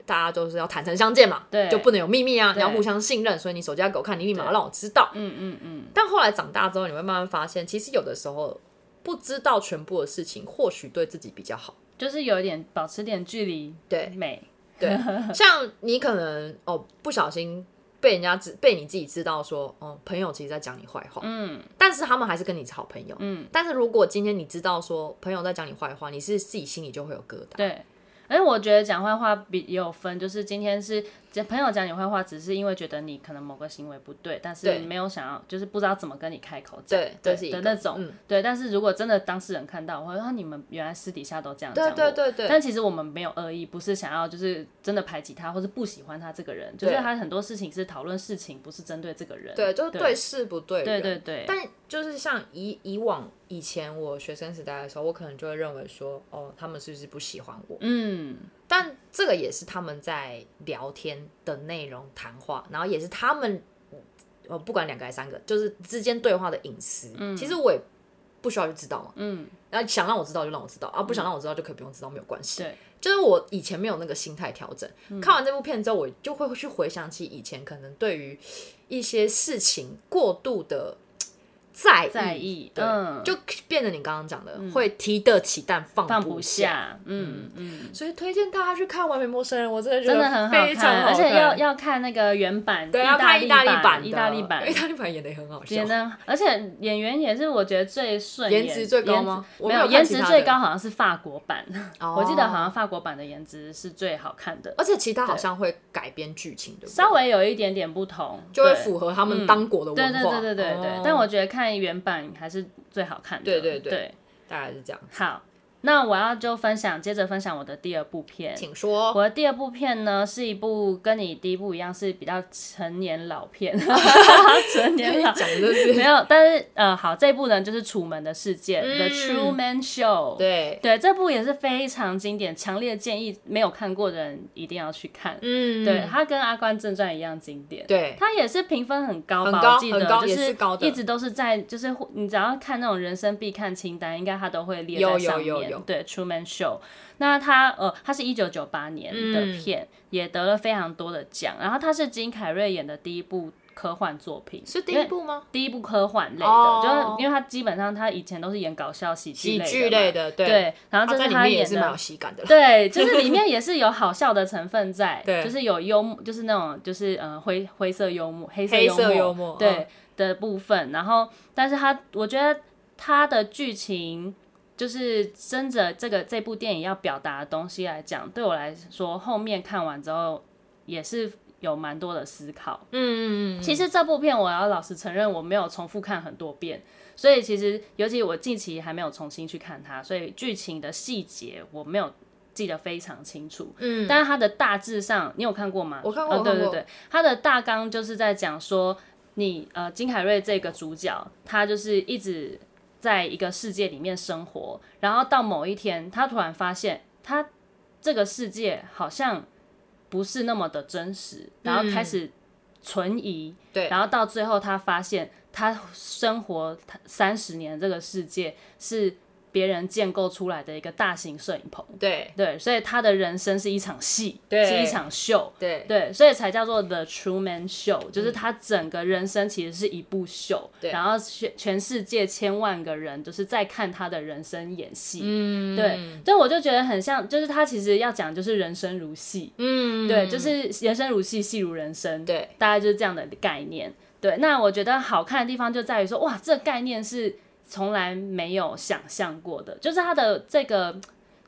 S1: 大家都是要坦诚相见嘛，
S2: 对
S1: 就不能有秘密啊，你要
S2: 对
S1: 互相信任，所以你手机要给我看，你密码
S2: 对
S1: 要让我知道。
S2: 嗯嗯嗯，
S1: 但后来长大之后，你会慢慢发现，其实有的时候不知道全部的事情，或许对自己比较好。
S2: 就是有一点保持点距离，
S1: 对
S2: 美，
S1: 对，像你可能哦不小心被人家知被你自己知道说，哦朋友其实在讲你坏话，
S2: 嗯
S1: 但是他们还是跟你是好朋友。
S2: 嗯，
S1: 但是如果今天你知道说朋友在讲你坏话，你是自己心里就会有疙瘩。
S2: 对。而且我觉得讲坏话比也有分，就是今天是讲朋友讲你坏话，只是因为觉得你可能某个行为不对，但是
S1: 对
S2: 没有想要，就是不知道怎么跟你开口讲，
S1: 对，这是
S2: 对
S1: 一个
S2: 的那种、
S1: 嗯
S2: 对。但是如果真的当事人看到，或者说你们原来私底下都这样讲
S1: 对对
S2: 我，
S1: 对对。
S2: 但其实我们没有恶意，不是想要就是真的排挤他，或是不喜欢他这个人，就是
S1: 对
S2: 他很多事情是讨论事情，不是针对这个人。
S1: 对，就是对事不对人。
S2: 对对对，
S1: 但就是像以以往以前我学生时代的时候，我可能就会认为说，哦，他们是不是不喜欢我？
S2: 嗯，
S1: 但这个也是他们在聊天的内容谈话，然后也是他们，呃，不管两个还是三个，就是之间对话的隐私。嗯，其实我也不需要去知道嘛。
S2: 嗯，
S1: 然后想让我知道就让我知道，啊，不想让我知道就可以不用知道，没有关系。
S2: 对，嗯
S1: 就是我以前没有那个心态调整，看完这部片之后，我就会去回想起以前可能对于一些事情过度的在意，
S2: 在意，
S1: 对，
S2: 嗯，
S1: 就变得你刚刚讲的、会提得起但放
S2: 放
S1: 不
S2: 不。下，嗯嗯，
S1: 所以推荐大家去看《完美陌生人》，我真的觉
S2: 真
S1: 得
S2: 的很
S1: 非常
S2: 看，
S1: 好
S2: 而且要
S1: 看
S2: 要看那个原版，
S1: 对要看
S2: 意
S1: 意大利
S2: 版，
S1: 的
S2: 意大利版
S1: 因为意。大利版演的也很好笑
S2: 演。的，而且演员也是我觉得最顺眼，
S1: 颜值最高吗
S2: 颜值
S1: 我
S2: 没
S1: 没有
S2: 有，
S1: 看
S2: 颜
S1: 其
S2: 值
S1: 他
S2: 最
S1: 的
S2: 高好像是法国版，
S1: 哦
S2: 我记得好像法国版的颜值是最好看的，
S1: 而且其他好像会改编剧情，对不对？
S2: 稍微有一点点不同，
S1: 就会
S2: 对
S1: 符合他们当国的
S2: 对
S1: 文
S2: 对
S1: 化。
S2: 对对对对，
S1: 哦
S2: 但我觉得看原版还是最好看的。
S1: 对对对
S2: 对，
S1: 大概是这样。
S2: 好，那我要就分享，接着分享我的第二部片。
S1: 请说。
S2: 我的第二部片呢，是一部跟你第一部一样，是比较成年老 片，成年老
S1: 讲的是
S2: 没有，但是呃，好，这一部呢就是《楚门的世界》The
S1: 嗯
S2: Truman Show》。
S1: 对，
S2: 对，这部也是非常经典，强烈建议没有看过的人一定要去看。
S1: 嗯，
S2: 对，它跟《阿甘正传》一样经典。
S1: 对，
S2: 它也是评分很高吧？
S1: 很高
S2: 我记得
S1: 很高
S2: 就
S1: 也是高的
S2: 一直都是在，就是你只要看那种人生必看清单，应该它都会列
S1: 有
S2: 在
S1: 有
S2: 上面。
S1: 有有
S2: 对，《Truman Show》，那它呃，它是一九九八年的片，也得了非常多的奖。然后它是金凯瑞演的第一部科幻作品，
S1: 是第
S2: 因
S1: 一
S2: 为
S1: 部吗？
S2: 第一部科幻类的，
S1: 哦
S2: 就是因为他基本上他以前都是演搞笑喜
S1: 喜
S2: 剧类的
S1: 剧
S2: 嘛
S1: 类的，
S2: 对，
S1: 对，
S2: 然后
S1: 他
S2: 这
S1: 在
S2: 是
S1: 里
S2: 他
S1: 面也
S2: 演
S1: 是蛮有
S2: 的。
S1: 喜感的啦。，
S2: 对，就是里面也是有好笑的成分在
S1: 对
S2: 就是有幽默，就是那种就是呃灰灰色幽默、黑色
S1: 黑
S2: 幽
S1: 色
S2: 默，
S1: 幽默
S2: 对、
S1: 嗯
S2: 的部分。然后，但是他我觉得他的剧情就是真着这个这部电影要表达的东西来讲，对我来说后面看完之后也是有蛮多的思考。
S1: 嗯嗯嗯，
S2: 其实这部片我要老实承认，我没有重复看很多遍，所以其实尤其我近期还没有重新去看它，所以剧情的细节我没有记得非常清楚。
S1: 嗯，
S2: 但是它的大致上，你有看过吗？
S1: 我看过
S2: 哦
S1: 我
S2: 对
S1: 看
S2: 对
S1: 过
S2: 对，它的大纲就是在讲说，你呃金凯瑞这个主角，他就是一直在一个世界里面生活，然后到某一天，他突然发现他这个世界好像不是那么的真实，然后开始存疑，
S1: 嗯对
S2: 然后到最后他发现他生活三十年这个世界是别人建构出来的一个大型摄影棚，
S1: 对
S2: 对，所以他的人生是一场戏，
S1: 对
S2: 是一场秀。
S1: 对嗯
S2: 对，所以才叫做 The Truman Show，就是他整个人生其实是一部秀，
S1: 对
S2: 然后全全世界千万个人就是在看他的人生演戏，嗯，对，所以我就觉得很像，就是他其实要讲就是人生如戏，
S1: 嗯，
S2: 对，就是人生如戏，戏如人生，
S1: 对，
S2: 大概就是这样的概念。对，那我觉得好看的地方就在于说，哇，这概念是从来没有想象过的，就是它的这个嗯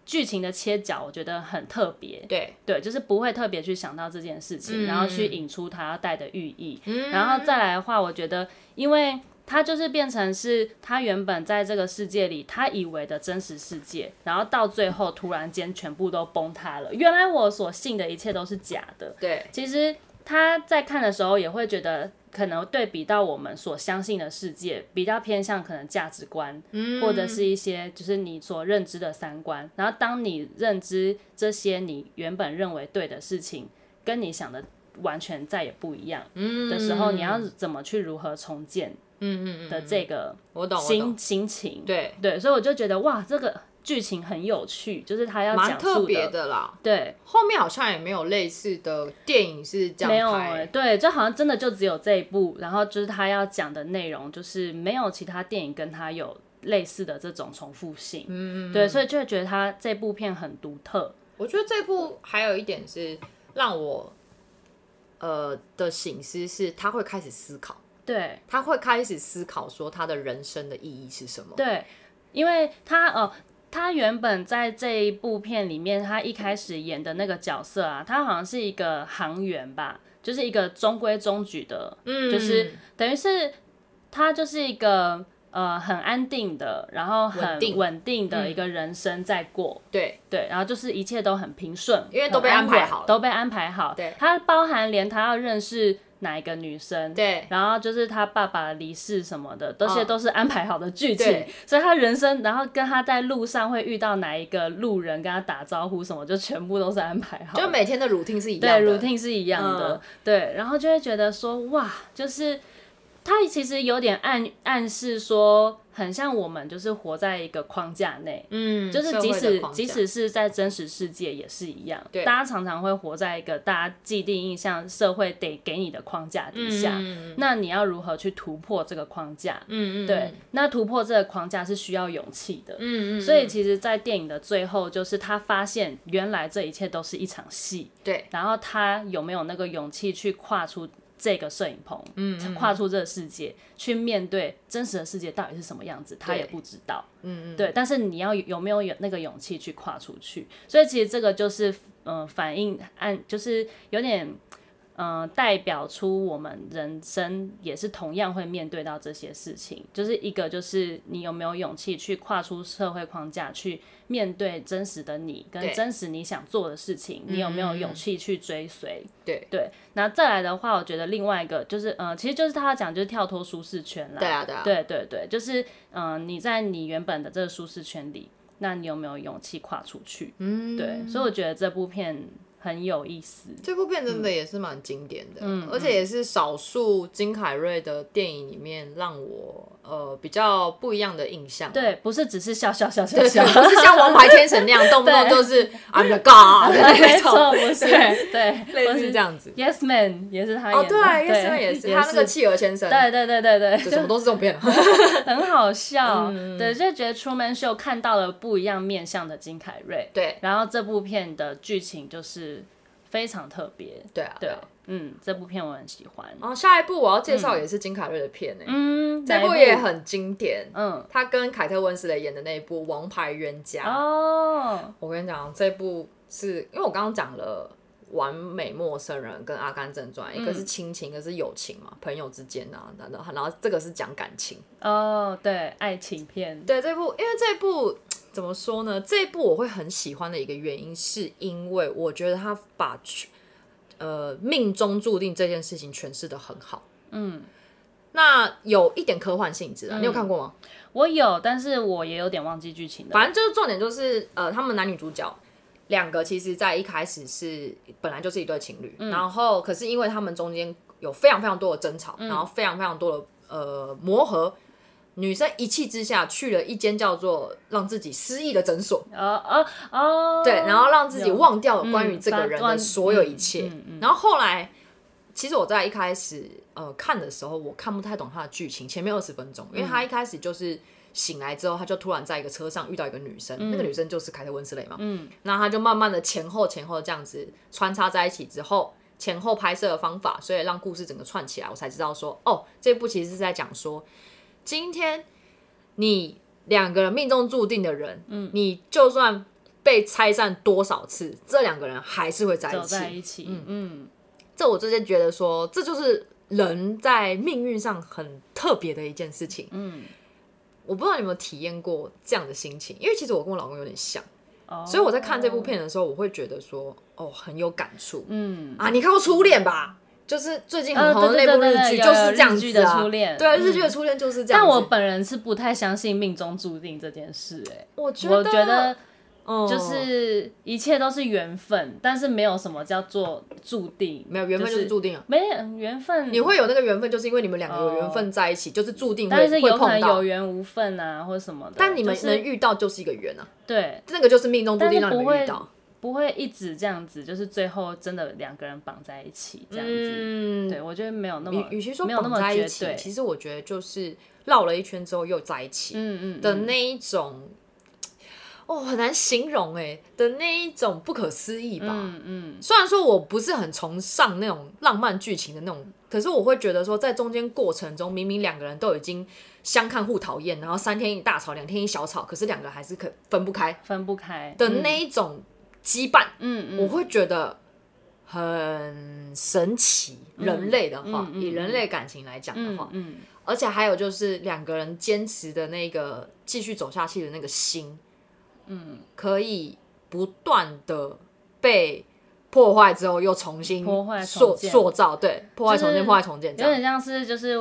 S2: 剧情的切角，我觉得很特别。
S1: 对，
S2: 对，就是不会特别去想到这件事
S1: 嗯
S2: 情，然后去引出它要带的寓意。
S1: 嗯
S2: 然后再来的话，我觉得，因为它就是变成是他原本在这个世界里他以为的真实世界，然后到最后突然间全部都崩塌了。原来我所信的一切都是假的。
S1: 对，
S2: 其实他在看的时候也会觉得，可能对比到我们所相信的世界，比较偏向可能价值观，
S1: 嗯
S2: 或者是一些就是你所认知的三观。然后当你认知这些你原本认为对的事情，跟你想的完全再也不一样的时候，你要怎么去如何重建
S1: 嗯嗯嗯嗯，
S2: 的这个
S1: 我懂，我懂，
S2: 心心情？
S1: 对，
S2: 对，所以我就觉得哇，这个剧情很有趣，就是他要
S1: 蛮
S2: 讲
S1: 特
S2: 述
S1: 别的啦。
S2: 对，
S1: 后面好像也没有类似的电影是这
S2: 没
S1: 样
S2: 有
S1: 拍
S2: 欸，对，就好像真的就只有这一部，然后就是他要讲的内容，就是没有其他电影跟他有类似的这种重复性，嗯，对，所以就会觉得他这部片很独特，
S1: 我觉得这部还有一点是让我呃的醒思是，他会开始思考，
S2: 对
S1: 他会开始思考说他的人生的意义是什么。
S2: 对，因为他哦。他原本在这一部片里面，他一开始演的那个角色啊，他好像是一个航员吧，就是一个中规中矩的
S1: 嗯
S2: 就是等于是他就是一个呃很安定的，然后
S1: 稳
S2: 很
S1: 定嗯
S2: 稳定的一个人生在过。
S1: 对
S2: 对，然后就是一切都很平顺，
S1: 因为
S2: 很
S1: 都被安排
S2: 稳
S1: 好了
S2: 都被安排好。
S1: 对
S2: 他包含连他要认识哪一个女生，
S1: 对
S2: 然后就是他爸爸离世什么的，这些
S1: 嗯
S2: 都是安排好的剧情，
S1: 对
S2: 所以他人生，然后跟他在路上会遇到哪一个路人，跟他打招呼什么，就全部都是安排好的，
S1: 就每天的 routine 是一
S2: 对
S1: 样的。
S2: ，routine 是一样的，
S1: 嗯
S2: 对，然后就会觉得说，哇，就是他其实有点暗暗示说，很像我们就是活在一个框架内，
S1: 嗯，
S2: 就是
S1: 社
S2: 即
S1: 会的
S2: 使
S1: 框
S2: 即
S1: 架
S2: 使嗯是在真实世界也是一样，
S1: 对
S2: 大家常常会活在一个大家既定印象、社会得给你的框架底下，
S1: 嗯
S2: 那你要如何去突破这个框架？
S1: 嗯嗯，
S2: 对，那突破这个框架是需要勇气的。
S1: 嗯嗯，
S2: 所以其实，在电影的最后，就是他发现原来这一切都是一场戏，
S1: 对
S2: 然后他有没有那个勇气去跨出这个摄影棚，嗯，跨出这个世界，去面对真实的世界到底是什么样子，他也不知道，嗯嗯，对。但是你要有有没有有那个勇气去呃跨出去？所以其实这个就是，嗯、反映按就是有点。嗯、呃代表出我们人生也是同样会面对到这些事情。就是一个就是你有没有勇气去跨出社会框架，去面对真实的你跟
S1: 对嗯
S2: 真实你想做的事情，你有没有勇气去追随？
S1: 对
S2: 对，那再来的话，我觉得另外一个就是，呃，其实就是他要讲就是跳脱舒适圈啦。
S1: 对啊对啊
S2: 对对对就是，嗯、你在你原本的这个舒适圈里，那你有没有勇气跨出去？
S1: 嗯，
S2: 对，所以我觉得这部片很有意思。
S1: 这部片
S2: 嗯
S1: 真的也是蛮经典的，而且也是少数金凯瑞的电影里面让我呃比较不一样的印象。
S2: 对，不是只是笑笑笑笑
S1: 对，
S2: 笑，
S1: 不是像《王牌天神》那样动不动就是 I'm the God 的
S2: 没
S1: 那
S2: 错，
S1: 种，
S2: 不是
S1: 对
S2: 对，
S1: 类
S2: 不
S1: 似这。样子。
S2: Yes Man 也是他演
S1: 哦，
S2: 的，
S1: 对，叶诗也是，他那个企鹅先生，
S2: 对对对对对，
S1: 这什么都是这种 嗯片啊。
S2: 很好笑，对，就觉得《出门秀》看到了不一样面向的金凯瑞，
S1: 对
S2: 然后这部片的剧情就是非常特别，
S1: 对啊，
S2: 对，。嗯，这部片我很喜欢，
S1: 然后下一部我要介绍也是金凯瑞的片诶，
S2: 嗯，
S1: 这
S2: 哪一
S1: 部也，很经典。
S2: 嗯，
S1: 他跟凯特温斯雷演的那一部《王牌冤家》，
S2: 哦，
S1: 我跟你讲，这部是因为我刚刚讲了《完美陌生人》跟《阿甘正传》，一个
S2: 嗯
S1: 是亲情，一个是友情嘛，朋友之间啊，然后然后这个是讲感情。
S2: 哦，对，爱情片，
S1: 对这部，因为这部怎么说呢？这部我会很喜欢的一个原因，是因为我觉得他把去呃命中注定这件事情诠释的很好。
S2: 嗯，
S1: 那有一点科幻性质啊，你有看过吗？
S2: 我有，但是我也有点忘记剧情了，
S1: 反正就是重点就是，呃，他们男女主角两个其实在一开始是本来就是一对情侣，然后可是因为他们中间有非常非常多的争吵，然后非常非常多的呃磨合，女生一气之下去了一间叫做让自己失忆的诊所，
S2: 哦哦哦，
S1: 对，然后让自己
S2: 有
S1: 忘掉关于
S2: 嗯
S1: 这个
S2: 把
S1: 人的
S2: 忘
S1: 所有一切。
S2: 嗯嗯
S1: 然后后来，其实我在一开始呃看的时候，我看不太懂他的剧情，前面二十分钟，因为
S2: 嗯
S1: 他一开始就是醒来之后，他就突然在一个车上遇到一个女生，那个女生就是凯特温斯雷嘛，
S2: 嗯，
S1: 那他就慢慢的前后前后这样子穿插在一起之后。前后拍摄的方法，所以让故事整个串起来，我才知道说，哦，这部其实是在讲说，今天你两个人命中注定的人，嗯，你就算被拆散多少次，这两个人还是会在一
S2: 走在
S1: 起。
S2: 一起，嗯
S1: 这我之前觉得说，这就是人在命运上很特别的一件事情。
S2: 嗯，
S1: 我不知道你有没有体验过这样的心情，因为其实我跟我老公有点像，
S2: 哦，
S1: 所以我在看这部，片的时候，我会觉得说，哦，很有感触
S2: 嗯，
S1: 啊！你看过《初恋》吧？就是最近很红的
S2: 呃对
S1: 那
S2: 对
S1: 部日
S2: 对对
S1: 剧，
S2: 对
S1: 就
S2: 有
S1: 是
S2: 日
S1: 这样
S2: 剧
S1: 子
S2: 的
S1: 啊。
S2: 初恋
S1: 对，日
S2: 嗯
S1: 剧的初恋就是这样
S2: 但
S1: 子。
S2: 我本人是不太相信命中注定这件事、欸，
S1: 我觉
S2: 我
S1: 得，
S2: 觉得
S1: 嗯
S2: 就是一切都是缘分，但是没有什么叫做注定，
S1: 没有缘分就是注定啊。
S2: 没有缘分，
S1: 你会有那个缘分，就是因为你们两个有缘分在一起，就是注定会
S2: 哦但是
S1: 会
S2: 有可
S1: 碰
S2: 能有
S1: 到。
S2: 缘无分啊，或什么的。
S1: 但你们
S2: 就
S1: 能
S2: 是
S1: 遇到就是一个缘啊，
S2: 对，
S1: 那个就是命中注定
S2: 但
S1: 让
S2: 是
S1: 你
S2: 不
S1: 们
S2: 会
S1: 遇到。
S2: 不会一直这样子，就是最后真的两个人绑在一起这样子。
S1: 嗯，
S2: 对，我觉得没有那么
S1: 与，与其说
S2: 没有那
S1: 绑
S2: 么
S1: 在
S2: 绝
S1: 一起
S2: 对，。
S1: 其实我觉得就是绕了一圈之后又在一起
S2: 嗯嗯嗯
S1: 的那一种，哦，很难形容哎的那一种不可思议吧。
S2: 嗯嗯，
S1: 虽然说我不是很崇尚那种浪漫剧情的那种，可是我会觉得说，在中间过程中，明明两个人都已经相看互讨厌，然后三天一大吵，两天一小吵，可是两个人还是可分不开
S2: 分不开
S1: 的
S2: 嗯
S1: 那一种羁绊，
S2: 嗯嗯
S1: 我会觉得很神奇。人类的话，
S2: 嗯嗯
S1: 以人类感情来讲的话，
S2: 嗯
S1: 而且还有就是两个人坚持的那个继续走下去的那个心，嗯，可以不断的被破坏之后又重新
S2: 破坏
S1: 塑
S2: 重建
S1: 塑造，对，破坏重建，
S2: 就是
S1: 破坏重建这
S2: 有
S1: 样。
S2: 点像是就是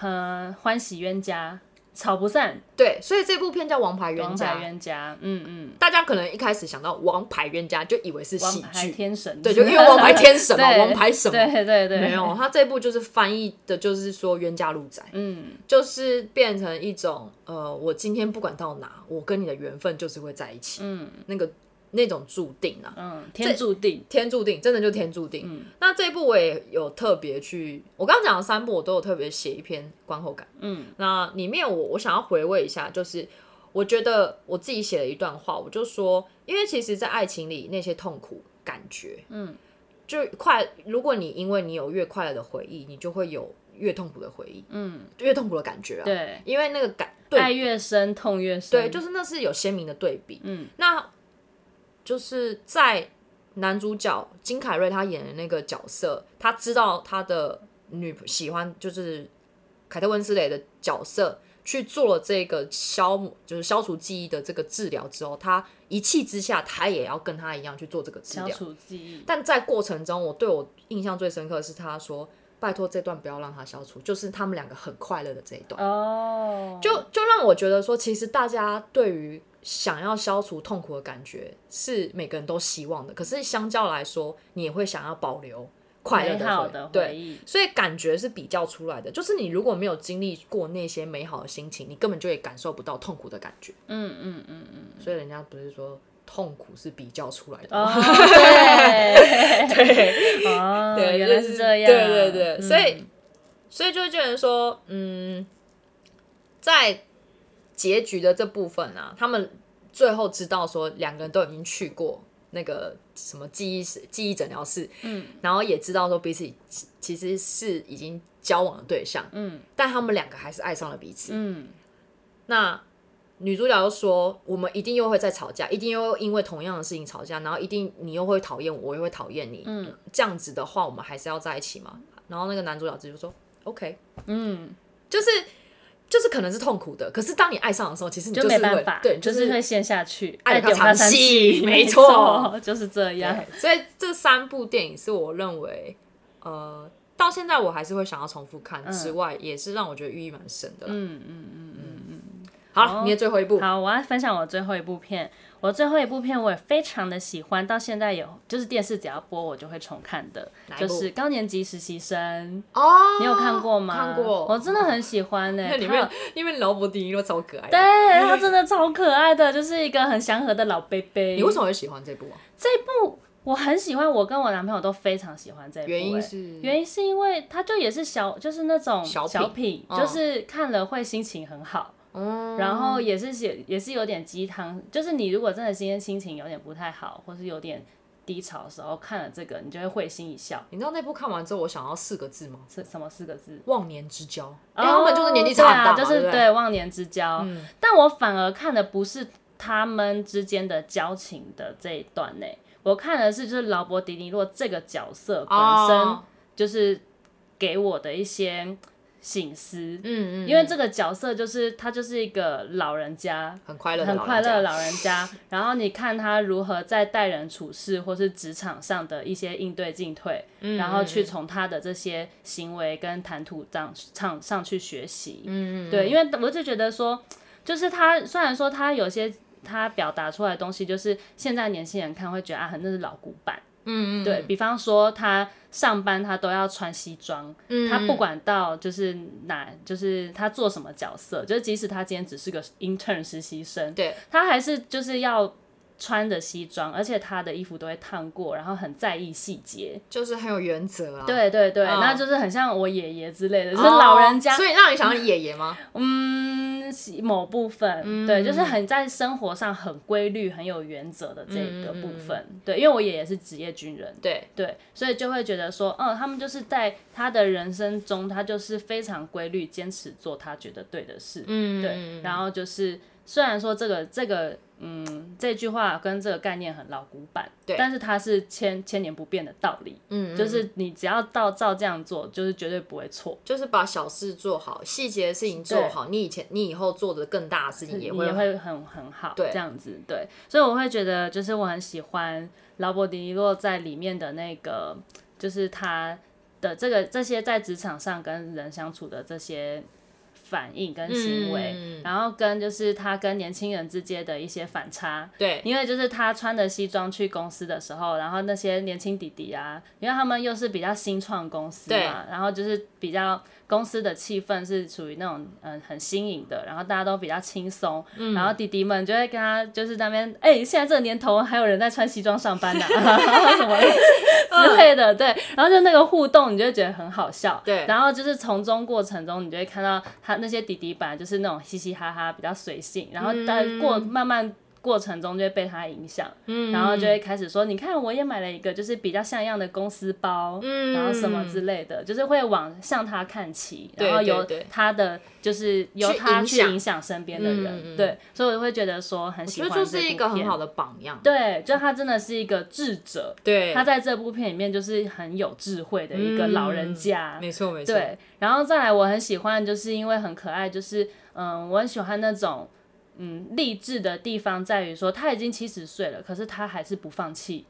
S2: 呃欢喜冤家，吵不散，
S1: 对，所以这部片叫《王牌冤
S2: 王
S1: 家
S2: 牌》，冤家，嗯嗯，
S1: 大家可能一开始想到《王牌冤家》就以为是
S2: 王
S1: 喜
S2: 牌
S1: 剧，
S2: 天神，
S1: 对，就因为王牌天神嘛，
S2: 对
S1: 王牌什么。
S2: 对对对，
S1: 没有，，他这部就是翻译的，就是说冤家路窄，
S2: 嗯，
S1: 就是变成一种呃，我今天不管到哪，我跟你的缘分就是会在一起，嗯，那个那种注定啊，
S2: 嗯，天注定，
S1: 天注定，真的就天注定。
S2: 嗯
S1: 那这一部我也有特别去，我刚刚讲的三部我都有特别写一篇观后感，
S2: 嗯，
S1: 那里面我我想要回味一下，就是我觉得我自己写了一段话，我就说，因为其实，在爱情里那些痛苦感觉，嗯，就快，如果你因为你有越快乐的回忆，你就会有越痛苦的回忆，
S2: 嗯，
S1: 越痛苦的感觉啊，
S2: 对，
S1: 因为那个感对
S2: 爱越深，痛越深，
S1: 对，就是那是有鲜明的对比。
S2: 嗯，
S1: 那就是在男主角金凯瑞他演的那个角色，他知道他的女喜欢就是凯特温斯雷的角色，去做了这个消就是消除记忆的这个治疗之后，他一气之下，他也要跟他一样去做这个治
S2: 消
S1: 疗。
S2: 除记忆，
S1: 但在过程中，我对我印象最深刻的是他说：“拜托这段不要让他消除，就是他们两个很快乐的这一段。”
S2: 哦，
S1: 就就让我觉得说，其实大家对于想要消除痛苦的感觉是每个人都希望的，可是相较来说，你也会想要保留快乐
S2: 美好
S1: 的
S2: 的
S1: 回
S2: 回
S1: 对。
S2: 忆，
S1: 所以感觉是比较出来的，就是你如果没有经历过那些美好的心情，你根本就也感受不到痛苦的感觉。
S2: 嗯嗯嗯嗯，
S1: 所以人家不是说痛苦是比较出来的吗，
S2: 哦，对，哦，
S1: 对，
S2: 原来
S1: 嗯就是
S2: 这样，
S1: 对对对，
S2: 嗯
S1: 所以所以就觉得说，嗯，在结局的这部分啊，他们最后知道说两个人都已经去过那个什么记忆室、记忆诊疗室，
S2: 嗯，
S1: 然后也知道说彼此其其实是已经交往的对象，
S2: 嗯
S1: 但他们两个还是爱上了彼此。
S2: 嗯，
S1: 那女主角又说：“我们一定又会再吵架，一定又会因为同样的事情吵架，然后一定你又会讨厌我，我又会讨厌你。
S2: 嗯
S1: 这样子的话，我们还是要在一起嘛。”然后那个男主角就说：“OK，
S2: 嗯，
S1: 就是就是可能是痛苦的，可是当你爱上的时候，其实你
S2: 就是没
S1: 会
S2: 办法，
S1: 对，
S2: 就是是会陷下去，
S1: 爱
S2: 爱
S1: 得
S2: 丢
S1: 长
S2: 那三
S1: 戏
S2: 气，
S1: 没
S2: 没
S1: 错，
S2: 就是这样，
S1: 对所以这三部电影是我认为，呃，到现在我还是会想要重复看，
S2: 嗯
S1: 之外也是让我觉得寓意蛮深的啦。
S2: 嗯嗯嗯嗯嗯。
S1: 好
S2: 哦
S1: 了，你的最后一部，
S2: 好，我要分享我最后一部片。我最后一部片我也非常的喜欢，到现在有就是电视只要播我就会重看的
S1: 哪，一
S2: 就
S1: 部
S2: 是《高年级实习生》，
S1: 哦
S2: 你有看过吗？
S1: 看过
S2: 我真的很喜欢呢、
S1: 因为里
S2: 欸。它
S1: 面嗯因为劳勃迪尼都超可爱的。
S2: 对他真的超可爱的，就是一个很祥和的老贝贝。
S1: 你为什么会喜欢这部啊？
S2: 我很喜欢，我跟我男朋友都非常喜欢这一部、欸。
S1: 原因是
S2: 原因是因为他就也是小，就是那种
S1: 嗯小品
S2: 品，
S1: 嗯
S2: 就是看了会心情很好，
S1: 嗯
S2: 然后也是写也是有点鸡汤，就是你如果真的今天心情有点不太好，或是有点低潮的时候，看了这个你就会会心一笑。
S1: 你知道那部看完之后，我想要四个字吗？
S2: 是什么四个字？
S1: 忘年之交，因为哎他们就是年纪差很大
S2: 哦
S1: 嘛，
S2: 对啊就是
S1: 对不对，
S2: 对忘年之交。
S1: 嗯
S2: 但我反而看的不是他们之间的交情的这一段呢、我看的是就是劳勃迪尼洛这个角色本身
S1: 哦，
S2: 就是给我的一些醒思，
S1: 嗯嗯，
S2: 因为这个角色就是他就是一个老人家，
S1: 很快乐，
S2: 很快乐的，老人家，然后你看他如何在待人处事或是职场上的一些应对进退，
S1: 嗯
S2: 然后去从他的这些行为跟谈吐上上上去学习。
S1: 嗯，
S2: 对，因为我就觉得说，就是他虽然说他有些他表达出来的东西，就是现在年轻人看会觉得啊，那是老古板。
S1: 嗯嗯，
S2: 对比方说，他上班他都要穿西装，
S1: 嗯
S2: 他不管到就是哪，就是他做什么角色，就是即使他今天只是个 intern 实习生，
S1: 对，
S2: 他还是就是要穿着西装，而且他的衣服都会烫过，然后很在意细节。
S1: 就是很有原则啊，
S2: 对对对，
S1: 嗯
S2: 那就是很像我爷爷之类的，
S1: 哦，
S2: 就是老人家，
S1: 所以让你想到爷爷 吗？
S2: 嗯，是某部分，
S1: 嗯
S2: 对，就是很在生活上很规律、很有原则的这个部分。
S1: 嗯
S2: 对，因为我爷爷是职业军人。
S1: 对，
S2: 对，所以就会觉得说，嗯，他们就是在他的人生中，他就是非常规律，坚持做他觉得对的事。
S1: 嗯
S2: 对，然后就是虽然说这个这个嗯这句话跟这个概念很老古板，
S1: 对
S2: 但是它是千千年不变的道理，
S1: 嗯，
S2: 就
S1: 就是
S2: 是你只要照照这样做，就是绝对不会错。
S1: 就是把小事做好，细节的事情做好，你以前你以后做的更大的事情
S2: 你
S1: 也
S2: 也
S1: 会
S2: 会很很好，
S1: 对
S2: 这样子对，所以我会觉得就是我很喜欢劳勃迪尼洛在里面的那个，就是他的这个这些在职场上跟人相处的这些反应跟行为，
S1: 嗯
S2: 然后跟就是他跟年轻人之间的一些反差。
S1: 对，
S2: 因为就是他穿着西装去公司的时候，然后那些年轻弟弟啊，因为他们又是比较新创公司
S1: 对
S2: 嘛，然后就是比较公司的气氛是属于那种嗯很新颖的，然后大家都比较轻松，然后弟弟们就会跟他就是那边哎、现在这个年头还有人在穿西装上班的、啊， 什么的之类的，对，然后就那个互动，你就会觉得很好笑，
S1: 对
S2: 然后就是从中过程中，你就会看到他那些弟弟本来就是那种嘻嘻哈哈比较随性，然后但过慢慢。过程中就会被他影响，嗯，然后就会开始说，你看我也买了一个就是比较像样的公司包，嗯，然后什么之类的，就是会往向他看齐，
S1: 对
S2: 然后由
S1: 对对
S2: 他的就是由
S1: 去
S2: 他
S1: 影
S2: 去
S1: 响嗯
S2: 影响身边的人，对，所以我会觉得说很喜
S1: 觉
S2: 欢，
S1: 得就是一个很好。的榜样。
S2: 对，就他真的是一个智者，
S1: 对，
S2: 他在这部片里面就是很有智慧的一个老人家，
S1: 嗯没错没错，
S2: 对，然后再来，我很喜欢，就是因为很可爱，就是嗯，我很喜欢那种嗯励志的地方，在于说他已经七十岁了，可是他还是不放弃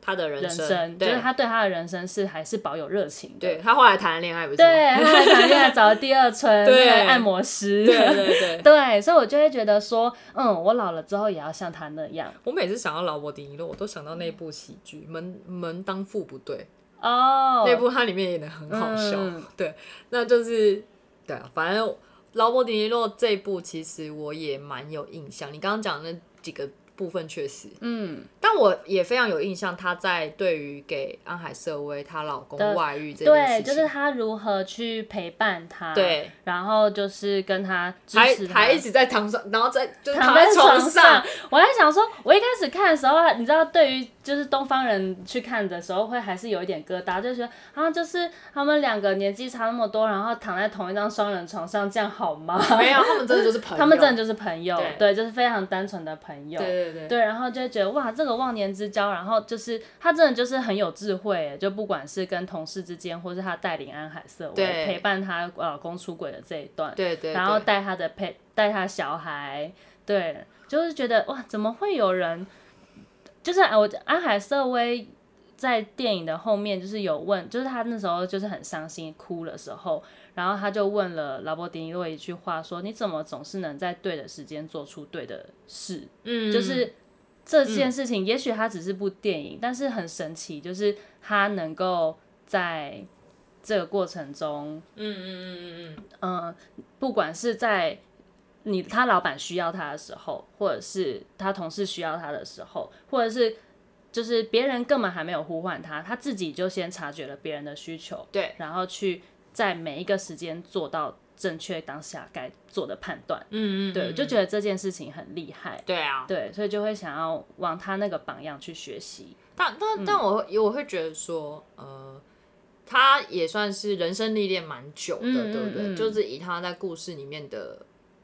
S1: 他的人
S2: 人
S1: 生，
S2: 生，就
S1: 对
S2: 是他对他的人生是还是保有热情的。
S1: 对他后来谈了恋爱不是 吗？
S2: 对，他还谈恋爱找了第二春，
S1: 对
S2: 那个按摩师，
S1: 对 对对，
S2: 对，所以我就会觉得说，嗯，我老了之后也要像他那样
S1: 我每次想到劳勃·迪尼洛，我都想到那部喜剧《门门当户不对》
S2: 哦。
S1: 那部，它里面演的很好笑。
S2: 嗯
S1: 对，那就是对啊，反正劳勃·迪尼洛这一部其实我也蛮有印象。你刚刚讲的那几个部分确实，
S2: 嗯，
S1: 但我也非常有印象，她在对于给安海瑟薇她老公
S2: 的
S1: 外遇这件
S2: 对，
S1: 事情，
S2: 就是他如何去陪伴他，
S1: 对，
S2: 然后就是跟他支
S1: 还
S2: 持他，
S1: 还一直在躺上，然后在就是
S2: 躺
S1: 在
S2: 在
S1: 床
S2: 床上，我还想说，我一开始看的时候啊，你知道，对于就是东方人去看的时候，会还是有一点疙瘩，就觉得啊，就是他们两个年纪差那么多，然后躺在同一张双人床上，这样好吗？
S1: 没有，他们真的就是朋友，
S2: 他们真的就是朋友，
S1: 对
S2: 对，就是非常单纯的朋友。
S1: 对对对
S2: 对，然后就会觉得哇，这个忘年之交，然后就是他真的就是很有智慧耶，就不管是跟同事之间，或是他带领安海瑟薇
S1: 对
S2: 陪伴他老公出轨的这一段，
S1: 对对，
S2: 然后
S1: 对
S2: 带他的配带他小孩，对，就是觉得哇，怎么会有人？就是啊我安海瑟薇在电影的后面，就是有问，就是他那时候就是很伤心哭的时候，然后他就问了劳勃迪尼洛一句话说：“你怎么总是能在对的时间做出对的事？”
S1: 嗯，
S2: 就是这件事情，也许它只是部电影，但是很神奇，就是它能够在这个过程中，嗯嗯嗯嗯嗯，不管是在你他老板需要他的时候，或者是他同事需要他的时候，或者是就是别人根本还没有呼唤他，他自己就先察觉了别人的需求，
S1: 对，
S2: 然后去在每一个时间做到正确当下该做的判断，
S1: 嗯嗯，
S2: 对，
S1: 嗯
S2: 就觉得这件事情很厉害。
S1: 对啊，
S2: 对，所以就会想要往他那个榜样去学习。
S1: 但
S2: 嗯
S1: 但但我会我会觉得说，呃，他也算是人生历练蛮久的，
S2: 嗯
S1: 对不对？
S2: 嗯嗯
S1: 就是以他在故事里面的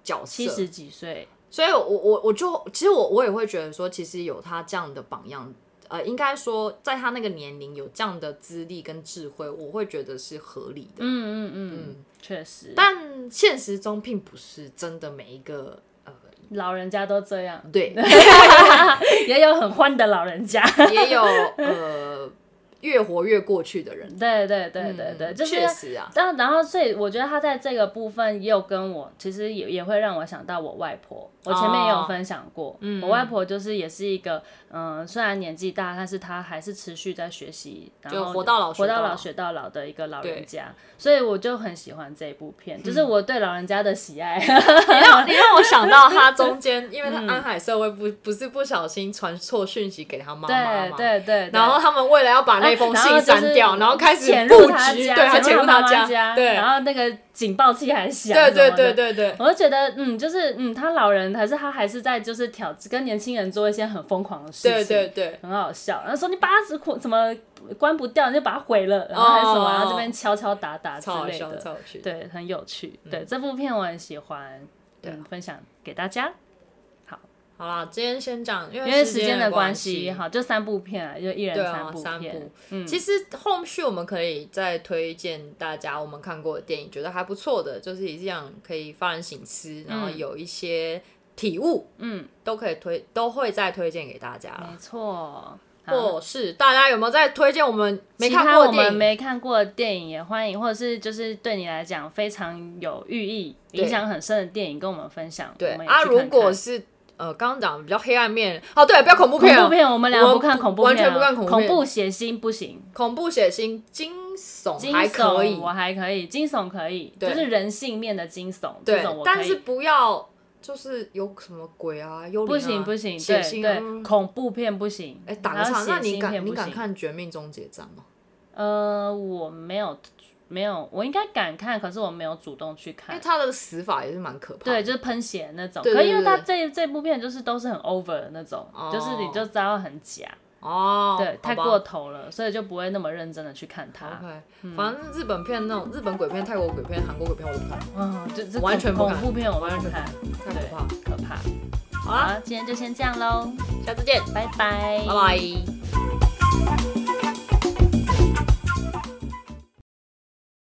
S1: 角
S2: 七
S1: 色，
S2: 十几岁，
S1: 所以我我我就其实我我也会觉得说，其实有他这样的榜样。呃，应该说，在他那个年龄有这样的资历跟智慧，我会觉得是合理的。
S2: 嗯嗯嗯，确、实，
S1: 但现实中并不是真的每一个 呃，
S2: 老人家都这样，
S1: 对，
S2: 也有很欢的老人 家。
S1: 也有呃越活越过去的人。
S2: 对对对对对，
S1: 嗯
S2: 就是
S1: 确实啊，
S2: 但然后，所以我觉得他在这个部分也有跟我，其实也也会让我想到我外婆。我前面也有分享
S1: 哦
S2: 过，
S1: 嗯
S2: 我外婆就是也是一个，嗯、虽然年纪大，但是她还是持续在学习，然
S1: 就
S2: 后
S1: 活到老学
S2: 活到
S1: 到老
S2: 老学到老的一个老人
S1: 对嗯
S2: 家。所以我就很喜欢这一部片，就是我对老人家的喜爱。
S1: 你让哦你让我想到他中 间，因为他安海社会不不是不小心传错讯息给他妈妈
S2: 对
S1: 嘛，
S2: 对对，对
S1: 然后他们为了要把那封
S2: 哦然后
S1: 信
S2: 就是
S1: 删啊掉，然后开始
S2: 潜
S1: 布
S2: 入他
S1: 局，
S2: 家，
S1: 嗯对他潜入
S2: 他
S1: 他
S2: 妈妈家，
S1: 对
S2: 然后那个警报器还响，
S1: 对对对。对对，
S2: 我就觉得，嗯，就是，嗯，他老人，还是他还是在就是挑跟年轻人做一些很疯狂的事情，
S1: 对对对，
S2: 很好笑。然后说你把它怎怎么关不掉，你就把它毁了，然后还什么，
S1: 哦
S2: 然后这边敲敲打打之
S1: 超好
S2: 类
S1: 笑，超
S2: 的，
S1: 有趣。
S2: 对，很有趣。对，这部片我很喜欢，
S1: 嗯对啊
S2: 嗯，分享给大家。
S1: 好啦，今天先讲，因
S2: 因为
S1: 为
S2: 时
S1: 间
S2: 间的
S1: 关
S2: 关系，好，就三部片啊，就一人
S1: 对啊，
S2: 部
S1: 三
S2: 片嗯
S1: 部。。其实后续我们可以再推荐大家我们看过的电影，觉得还不错的，就是一样可以发人省思，然后有一些体悟，
S2: 嗯，
S1: 都可以推，都会再推荐给大家啦。
S2: 没错。好
S1: 或是大家有没有在推荐我们没
S2: 其
S1: 看
S2: 他
S1: 过
S2: 我
S1: 的电
S2: 们
S1: 影？
S2: 没看过的电影也欢迎，或者是就是对你来讲非常有寓意、
S1: 对
S2: 影响很深的电影，跟我们分享。
S1: 对
S2: 我们也
S1: 啊，
S2: 去看
S1: 如
S2: 看
S1: 果是呃刚刚讲的比较黑暗面，哦对，不要恐怖片
S2: 恐
S1: 哦
S2: 怖，片，我们俩
S1: 我
S2: 不看
S1: 不
S2: 恐怖片啊，
S1: 完全不看恐怖片
S2: 血腥不行，
S1: 恐怖血腥、惊
S2: 惊
S1: 悚还可
S2: 悚
S1: 以
S2: 我，还可以，惊悚可以，就
S1: 对
S2: 是人性面的惊悚，这
S1: 对
S2: 种，我可
S1: 但是
S2: 以。
S1: 不要就是有什么鬼啊、幽灵
S2: 不
S1: 啊
S2: 行不行，
S1: 血
S2: 对
S1: 腥啊
S2: 对，恐怖片不行，
S1: 哎，打
S2: 还
S1: 个
S2: 有
S1: 岔，那
S2: 血
S1: 你
S2: 腥
S1: 敢
S2: 片
S1: 你
S2: 不
S1: 敢
S2: 行。
S1: 看《绝命终结战》吗？
S2: 呃，我没有，没有，我应该敢看，可是我没有主动去
S1: 因为
S2: 看。
S1: 他的死法也是蛮可怕的。
S2: 哎对，就是喷血那种。
S1: 对
S2: 可
S1: 对
S2: 是因为他
S1: 对
S2: 这这部片就是都是很 over 的那种，
S1: 哦
S2: 就是你就知道很假，
S1: 哦，
S2: 对，
S1: 好
S2: 太
S1: 吧
S2: 过头嗯了，所以就不会那么认真的去看它。
S1: OK，、反正日本片那种日本鬼片、泰国鬼片、韩国鬼片我都不看，
S2: 嗯，就这
S1: 完全不
S2: 恐
S1: 敢
S2: 恐怖片我完
S1: 完全不
S2: 全看，
S1: 太可怕。
S2: 可怕。
S1: 好啦，
S2: 好，今天就先这样喽，
S1: 下次见，
S2: 拜拜，
S1: 拜拜。